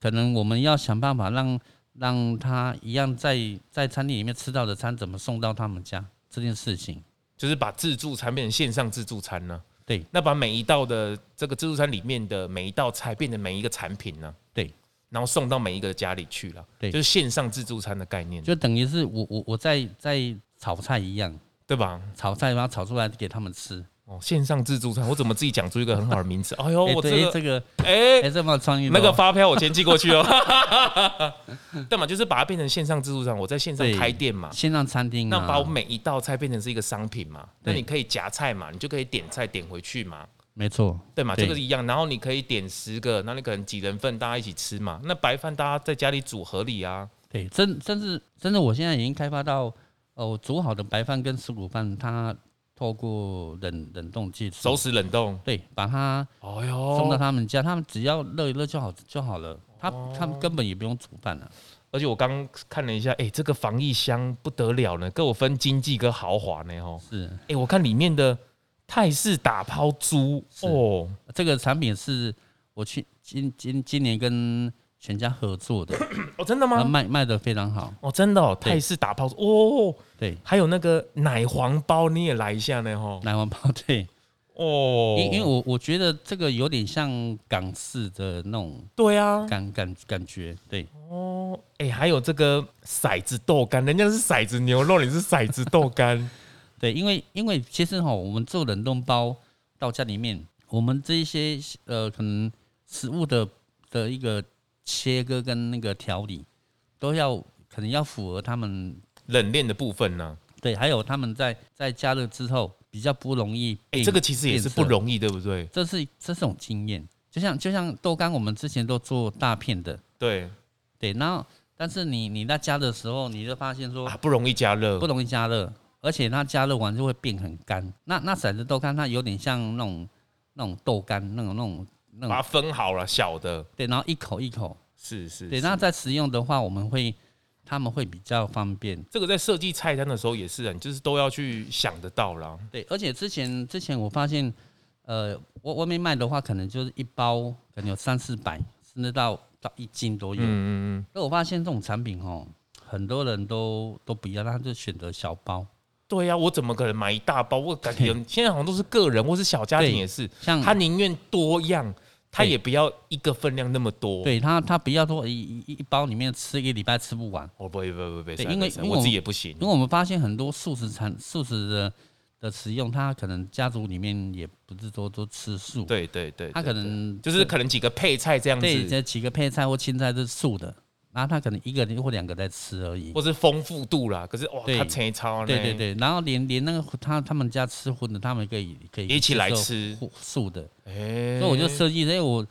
可能我们要想办法让让他一样在在餐厅里面吃到的餐怎么送到他们家这件事情，
就是把自助餐变成线上自助餐呢、
对，
那把每一道的这个自助餐里面的每一道菜变成每一个产品呢、
对，
然后送到每一个家里去了，
对
就是线上自助餐的概念，
就等于是我我我在在炒菜一样，
对吧？
炒菜然后炒出来给他们吃。
哦，线上自助餐，我怎么自己讲出一个很好的名 字？哎呦，
哎、
我这
对
个
这个
哎、
哎、这么有创意的
那
哦
个发票我先寄过 去哦。对嘛，就是把它变成线上自助餐，我在线上
对
开店嘛，
先让餐厅、啊，
那把我每一道菜变成是一个商品嘛，那
对
你可以夹菜嘛，你就可以点菜点回去嘛，
没错，
对嘛，
对
这个是一样。然后你可以点十个，那你可能几人份大家一起吃嘛。那白饭大家在家里煮合理啊，
对，真甚至甚至我现在已经开发到，哦，我煮好的白饭跟石骨饭，它透过冷冷冻技术，
熟食冷冻。
对，把它
哎
送到
呦，
他们家，他们只要热一热就好就好了，他、他们根本也不用煮饭了、
而且我刚看了一下，哎、这个防疫箱不得了呢，跟我分经济跟豪华呢哦。
是
哎、我看里面的泰式打抛猪
是
哦，
这个产品是我去今今今年跟全家合作的，
哦，真的吗？
那卖卖的非常好，
哦，真的哦，
对
泰式打抛猪哦，
对，
还有那个奶黄包，你也来一下呢吼。
奶黄包对，
哦，
因因为我我觉得这个有点像港式的那种
对啊，
感感感觉，对，
哦，哎、还有这个骰子豆干，人家是骰子牛肉，你是骰子豆干，
对，因为因为其实哈，我们做冷冻包到家里面，我们这一些呃可能食物的的一个切割跟那个调理，都要可能要符合他们
冷链的部分呢、
对，还有他们在在加热之后比较不容易
哎、
变
这个其实也是不容易，对不对？
这是这是种经验，就像就像豆干，我们之前都做大片的，
对
对，然后但是你你在加的时候，你就发现说
啊，不容易加热
不，容易加热，而且它加热完就会变很干。那那骰子豆干它有点像那种那种豆干，那种那种那
把它
种
分好了，小的，
对，然后一口一口，
是是。
对。
是
那在食用的话，我们会他们会比较方便，
这个在设计菜单的时候也是啊，你就是都要去想得到啦。
对。而且之前之前我发现，呃，我外面卖的话，可能就是一包可能有三四百，甚至到到一斤都有。
嗯嗯
那我发现这种产品哦，很多人都都不要，他就选择小包，
嗯，对呀、我怎么可能买一大包？我感觉现在好像都是个人或是小家庭
对
也是，
像
他宁愿多样，他
对
也不要一个分量那么多。
对他他不要说一一一包里面吃一个礼拜吃不完，
哦，我不会不会不会，
对
不会
因为
不会
因
我
为我
自己
们
也不行
因为。我们发现很多素食餐素食的的食用，他可能家族里面也不是说都吃素，
对对对，
他
对
可
对
能
就是可能几个配菜这样
对
子，
这几个配菜或青菜是素的，然后他可能一个人或两个在吃而已。
或是丰富度啦。可是哇，
对
他前超呢，
对对，对，然后连连那个他他们家吃荤的，他们可以可以
一起来
接受
吃
荤素的，
哎，
所以我就设计，哎、我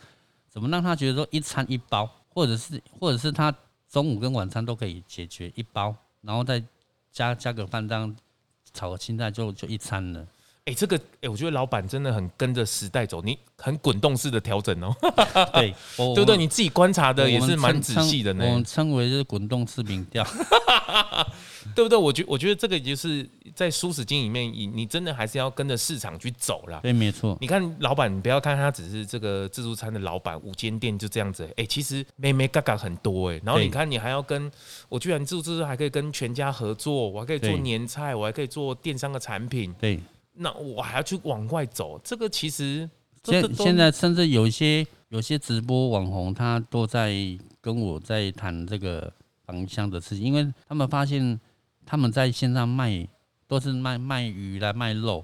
怎么让他觉得说一餐一包，或者是或者是他中午跟晚餐都可以解决一包，然后再加加个饭这样炒个青菜就就一 餐了。
哎，这个哎，我觉得老板真的很跟着时代走，你很滚动式的调整哦，
对，我
对不对？
我
你自己观察的
我
也
们
是蛮
称
仔细的
称
呢，
我们称为就是滚动式民 调，
对不对？我觉我觉得这个就是在舒适经营里面，你你真的还是要跟着市场去走啦。
对，没错，
你看老板，你不要看他只是这个自助餐的老板，五间店就这样子、哎、其实妹妹嘎嘎很多哎、然后
对
你看，你还要跟我居然自助自助还可以跟全家合作，我还可以做
对
年菜，我还可以做电商的产品，
对。
那我还要去往外走，这个其实这
现
这都
现在甚至有一些有些直播网红，他都在跟我在谈这个房乡的事情，因为他们发现他们在线上卖都是卖卖鱼啦、卖肉，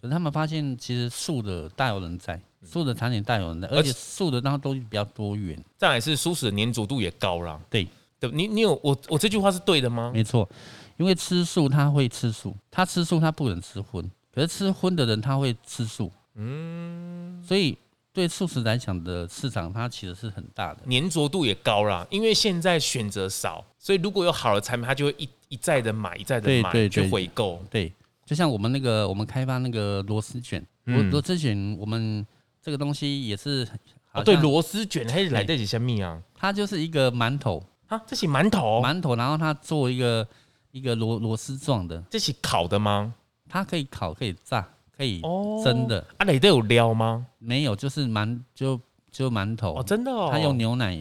可是他们发现其实素的大有人在，素的产品大有人在，
嗯而
而
且
且素的那个东西比较多元。
再来是舒适的粘着度也高啦。
对
对，你你有我我这句话是对的吗？
没错，因为吃素他会吃素，他吃素他不能吃荤，可是吃荤的人他会吃素，嗯，所以对素食来讲的市场，它其实是很大的。
粘着度也高啦，因为现在选择少，所以如果有好的产品，他就会一一再的买，一再的
对
买
对
去
对
回购。
对，就像我们那个我们开发那个螺丝卷，螺
嗯
螺丝卷，我们这个东西也是，
哦，对，，螺丝卷还是来得及什么啊？
它就是一个馒头，
啊，这是馒头，
馒头，然后它做一个一个螺螺丝状的，
这是烤的吗？
它可以烤，可以炸，可以
哦
蒸的，
啊，里头有料吗？
没有就是馒就就馒头，
哦，真的哦，
它用牛奶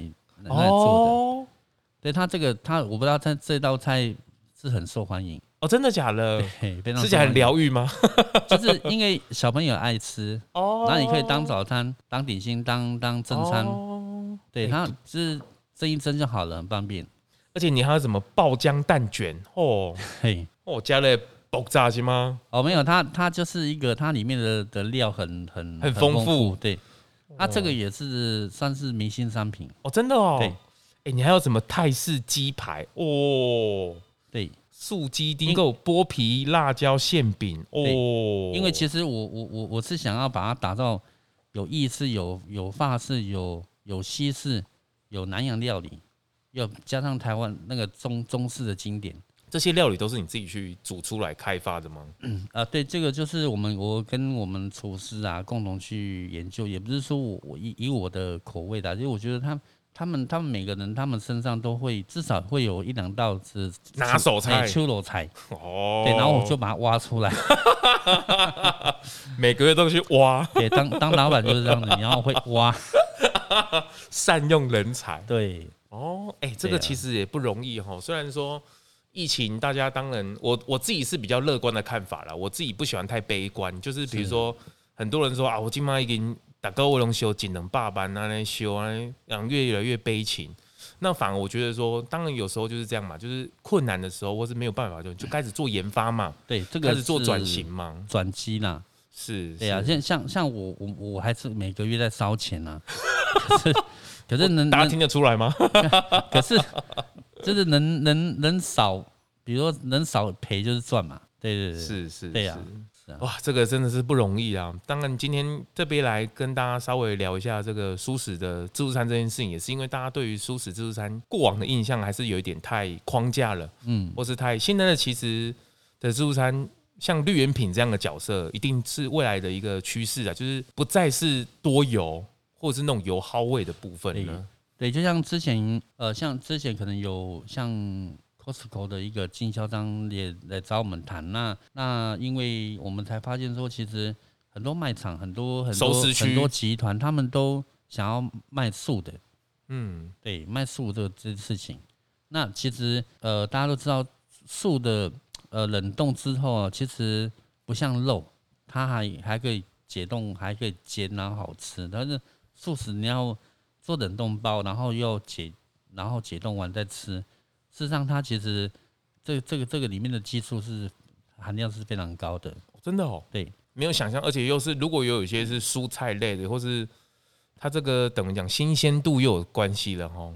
来做的，
哦
对它这个它我不知道它这道菜是很受欢迎，
哦，真的假的？
对，非常
吃
受
起来
欢
很
迎，
疗愈吗？
就是因为小朋友爱吃。
哦，
那你可以当早餐、当点心、当当正餐，
哦
对，
哎
它是蒸一蒸就好了，很方便。
而且你还有什么爆浆蛋卷？哦
嘿，
哦，加了爆炸是吗？
哦，没有，它它就是一个它里面的的料很很
很丰富
富，对。它这个也是算是明星商品，
哦，真的哦。
对
哎，你还有什么泰式鸡排？哦，
对，
素鸡丁够剥皮辣椒馅饼哦。
因为其实我我我我是想要把它打造有意式、有有法式、有有西式、有南洋料理，又加上台湾那个中中式的经典。
这些料理都是你自己去煮出来开发的吗？
啊，对，这个就是我们我跟我们厨师啊共同去研究，也不是说我我以以我的口味的啊，因为我觉得他他们他们每个人他们身上都会至少会有一两道是哎
拿手菜
秋楼菜，
哦，
对，然后我就把它挖出来，
每个月都去挖，
对，当当老板就是这样子，你要会挖，
善用人才。
对
哦，哎、这
对
个
啊
其实也不容易哈。虽然说疫情，大家当然，我我自己是比较乐观的看法啦，我自己不喜欢太悲观。就是比如说，很多人说啊，我今晚已经打高我龙修，仅能罢班啊，那修啊，让越越来越悲情。那反而我觉得说，当然有时候就是这样嘛，就是困难的时候或是没有办法就就开始做研发嘛，
对，这个
开始做
是
转型嘛，
转机啦，
是，
对啊，
是
像像像我我我还是每个月在烧钱啊， 可是可是能
大家
能
听得出来吗？
可是就是能能能少，比如说能少赔就是赚嘛。对对对，
是是，
对啊
是
是啊，
哇，这个真的是不容易啊！当然，今天特别来跟大家稍微聊一下这个素食的自助餐这件事情，也是因为大家对于素食自助餐过往的印象还是有一点太框架了，
嗯，
或是太现在的其实的自助餐，像绿原品这样的角色，一定是未来的一个趋势啊，就是不再是多油或者是那种油耗味的部分了。
对，就像之前呃，像之前可能有像 Costco 的一个经销商也来找我们谈，那那因为我们才发现说，其实很多卖场、很多很
熟
多
食区
很多集团，他们都想要卖素的，
嗯，
对，卖素这个这事情。那其实呃，大家都知道素的呃冷冻之后啊，其实不像肉，它还还可以解冻，还可以煎，然后好吃。但是素食你要做冷冻包，然后又解，然后解冻完再吃。事实上，它其实这这个这个里面的技术是含量是非常高的。
真的哦，
对，
没有想象，而且又是如果有有一些是蔬菜类的，或是它这个等于讲新鲜度又有关系了哦。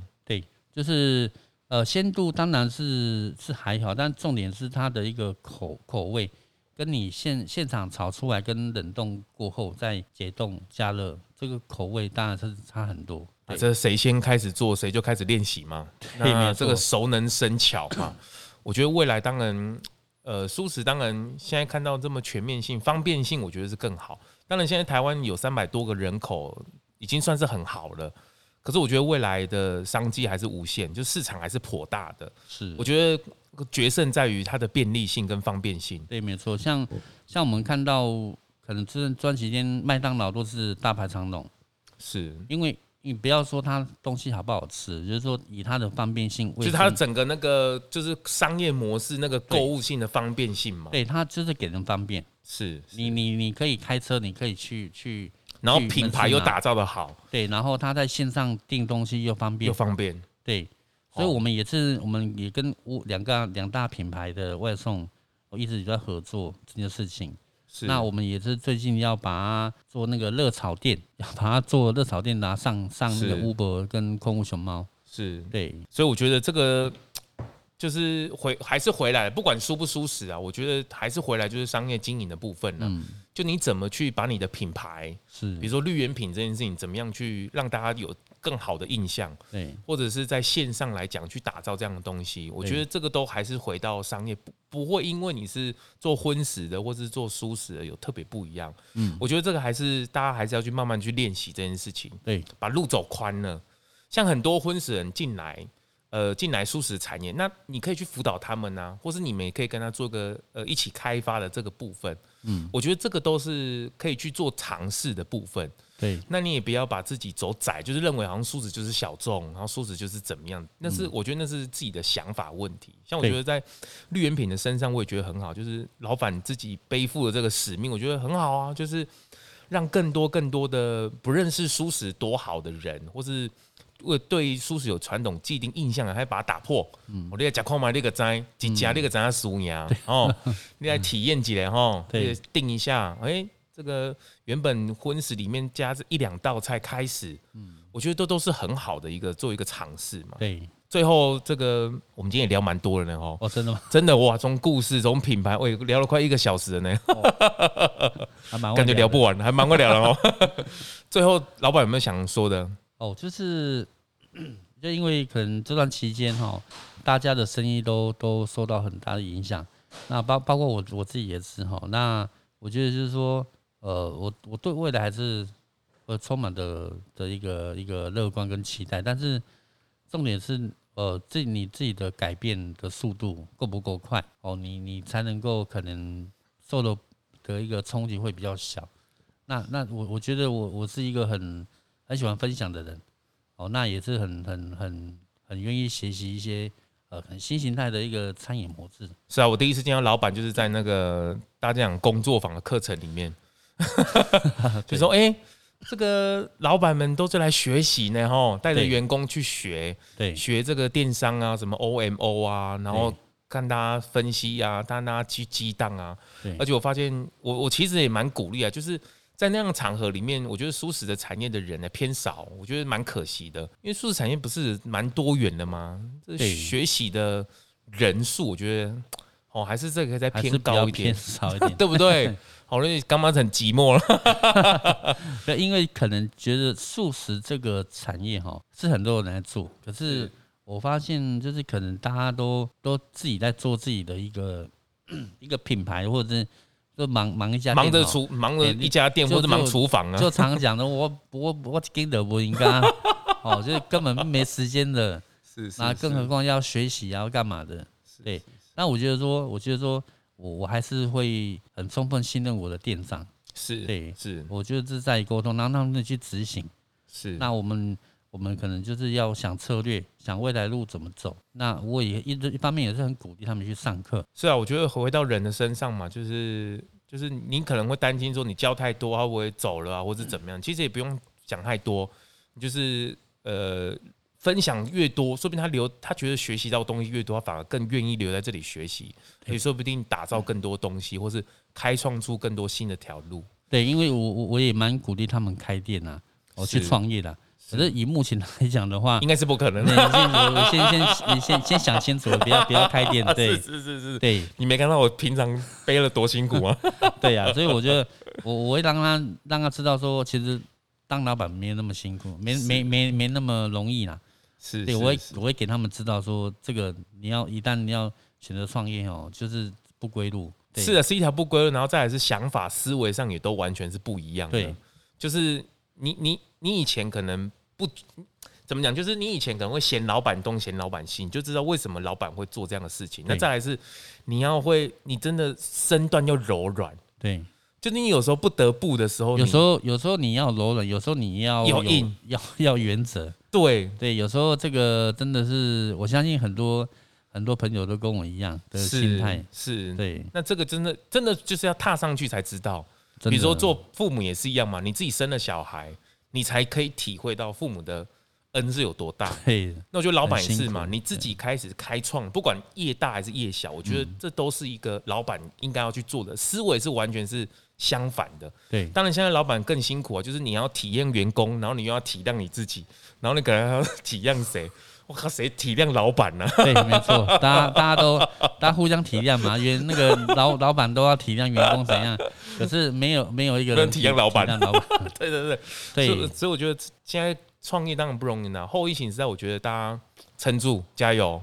就是呃鲜度当然是是还好，但重点是它的一个口口味，跟你现现场炒出来跟冷冻过后再解冻加热，这个口味当然是差很多。
啊
对
这谁先开始做，谁就开始练习嘛。
对没
那
错
这个熟能生巧嘛。我觉得未来当然，呃，素食当然现在看到这么全面性、方便性，我觉得是更好。当然，现在台湾有三百多个人口，已经算是很好了。可是我觉得未来的商机还是无限，就市场还是颇大的。
是
我，觉得决胜在于它的便利性跟方便性。
对，没错。像像我们看到，可能这段期间麦当劳都是大排长龙，
是，
因为你不要说它东西好不好吃，就是说以它的方便性，
就
卫
是它
生，
整个那个就是商业模式那个购物性的方便性嘛。
对它就是给人方便。
是，是
你你你可以开车，你可以去去
然后品牌又
去门市拿
打造的好，
对，然后他在线上订东西又方
又
便，
方便。
对，所以
哦
我们也是，我们也跟五两个啊两大品牌的外送，我一直有在合作这件事情。
是，
那我们也是最近要把它做那个热炒店，要把它做热炒店拿上上那个
是
Uber 跟空无熊猫，
是，
对，
所以我觉得这个就是回还是回来，不管舒不舒适啊，我觉得还是回来就是商业经营的部分了、
嗯，
就你怎么去把你的品牌，啊比
是
如，说绿源品这件事情，怎么样去让大家有更好的印象，
对，
或者是在线上来讲去打造这样的东西，我
对
觉得这个都还是回到商业，不不会因为你是做荤食的或是做素食的有特别不一样。
嗯
我觉得这个还是大家还是要去慢慢去练习这件事情。
对，
把路走宽了。像很多婚食人进来，呃，进来素食产业，那你可以去辅导他们啊，或是你们也可以跟他做个呃一起开发的这个部分。
嗯，
我觉得这个都是可以去做尝试的部分。
对，
那你也不要把自己走窄，就是认为好像素食就是小众，然后素食就是怎么样？那是、我觉得那是自己的想法问题。像我
嗯对
觉得在绿原品的身上，我也觉得很好，就是老板自己背负了这个使命，我觉得很好啊，就是让更多更多的不认识素食多好的人，或是为对素食有传统既定印象的，还把它打破。我你来讲看嘛，那个斋，几家那个斋输赢哦，你来体验几下吼，
对
你来定一下，哎、这个原本荤食里面加这一两道菜开始，我觉得都都是很好的一个做一个尝试嘛。
对，
最后这个我们今天也聊蛮多了呢哦，
哦，真的吗？
真的哇，从故事从品牌，喂、聊了快一个小时了呢，
还蛮会
感觉聊
哦的
不完，还蛮会聊了哦。 最后老板有没有想说的？
哦，就是就因为可能这段期间哈、大家的生意都都受到很大的影响，那包包括我我自己也是哈、那我觉得就是说，呃，我我对未来还是呃充满的的一个一个乐观跟期待，但是重点是呃自己你自己的改变的速度够不够快哦，你你才能够可能受的的一个冲击会比较小。那那我我觉得我我是一个很很喜欢分享的人，哦，那也是很很很很愿意学习一些呃很新形态的一个餐饮模式。
是啊，我第一次见到老板就是在那个大家讲工作坊的课程里面， 就说哎、诶这个老板们都是来学习呢，吼，带着
对
员工去学
对
学这个电商啊，什么 OMO 啊，然后
对
看大家分析啊，看大家去激荡啊。
对
而且我发现我，我其实也蛮鼓励啊，就是在那样的场合里面，我觉得素食的产业的人呢偏少，我觉得蛮可惜的，因为素食产业不是蛮多元的吗？这
对
学习的人数，我觉得哦，还是这个再
还
偏
是比较
高一点
偏，少一点。
对不对？好了，干妈很寂寞了。
对，因为可能觉得素食这个产业哈是很多人在做，可是
是
我发现就是可能大家都都自己在做自己的一个 一个品牌，或者是就忙忙一家
忙着
店吼，
厨，忙着
哎
一家店，
就
或者忙
就
厨房啊。
就常讲的我我我跟的不应 该哦，就是根本没时间的，
是
那更何况要学习啊，要干嘛的？对，那我觉得说，我觉得说我我还是会很充分信任我的店长，
是
对
是
我觉得这是在于沟通，然后让他们去执行。
是
那我们我们可能就是要想策略，想未来路怎么走。那我也一直一方面也是很鼓励他们去上课，
是啊，我觉得回到人的身上嘛，就是就是你可能会担心说你教太多，他会不会走了啊，或是怎
嗯
么样？其实也不用想太多，你就是呃分享越多，说不定他留他觉得学习到东西越多，他反而更愿意留在这里学习，也说不定打造更多东
嗯
西，或是开创出更多新的条路。
对，因为我我我也蛮鼓励他们开店啊，我去
是
创业啦。可是以目前来讲的话
应，该是不可能
那你先我我先先你先先想清楚，不要不要开 店，对
啊是是是是，
对
你没看到我平常背了多辛苦 吗？
对呀、所以我觉得我我会让他让他知道说，其实当老板没有那么辛苦，没没没没那么容易啦。
是，
对，
是
我会
是
我会给他们知道说，这个你要一旦你要选择创业哦，就是不归路。对
是，的，啊是一条不归路，然后再来是想法、思维上也都完全是啊不一样的
对。
就是你你你以前可能不怎么讲，就是你以前可能会嫌老板东嫌老板西，你就知道为什么老板会做这样的事情。那
对
再来是你要会，你真的身段要柔软，
对，
就是你有时候不得不的时候，
有
你
时候有时候你要柔软，有时候你要
要
有
硬，
要 要原则。
对
对，有时候这个真的是，我相信很多很多朋友都跟我一样的心态
是。是，
对，
那这个真的真的就是要踏上去才知道。
真的
比如说做父母也是一样嘛，你自己生了小孩，你才可以体会到父母的恩是有多大。
对
那我觉得老板也
很
是
辛苦
嘛，你自己开始开创，不管业大还是业小，我觉得
嗯
这都是一个老板应该要去做的思维是完全是相反的。
对
当然，现在老板更辛苦啊，就是你要体谅员工，然后你又要 体谅你自己，然后你可能还要 体谅谁？我靠，谁体谅老板啊呢、
对，没错，大家大家都大家互相体谅嘛，员那个老 老板都要体谅员工怎样，可是没有没有一个
不
人
能体谅老板
体谅老 板
对对对，所以
对
所以我觉得现在创业当然不容易啦、后疫情时代，我觉得大家撑住，加油。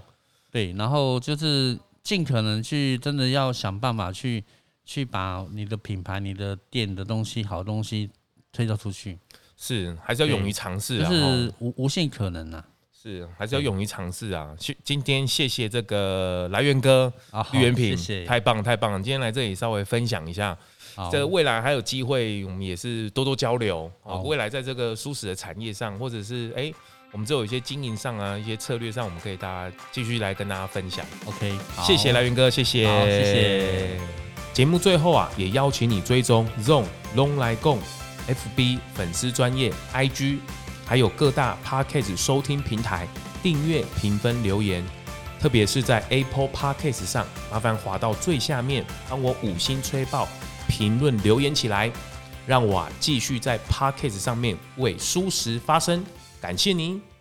对，然后就是尽可能去真的要想办法去去把你的品牌、你的店的东西、好东西推销出去，
是，还是要
对
勇于尝试
就
啊！吼
是无无限可能啊呐
是，还是要勇于尝试啊！去，今天谢谢这个来源哥，
啊！好
绿原品，
谢谢，
太棒太棒了！今天来这里稍微分享一下，
好
这个未来还有机会，我们也是多多交流。哦
好，
未来在这个舒适的产业上，或者是哎、我们这有一些经营上啊，一些策略上，我们可以大家继续来跟大家分享。
OK，好
谢谢来源哥，谢谢，
好谢谢。
节目最后啊，也邀请你追踪 Zone Long 来共 FB 粉丝专业 IG，还有各大 Podcast 收听平台订阅、评分、留言。特别是在 Apple Podcast 上，麻烦滑到最下面，帮我五星吹爆，评论留言起来，让我啊继续在 Podcast 上面为舒适发声。感谢您。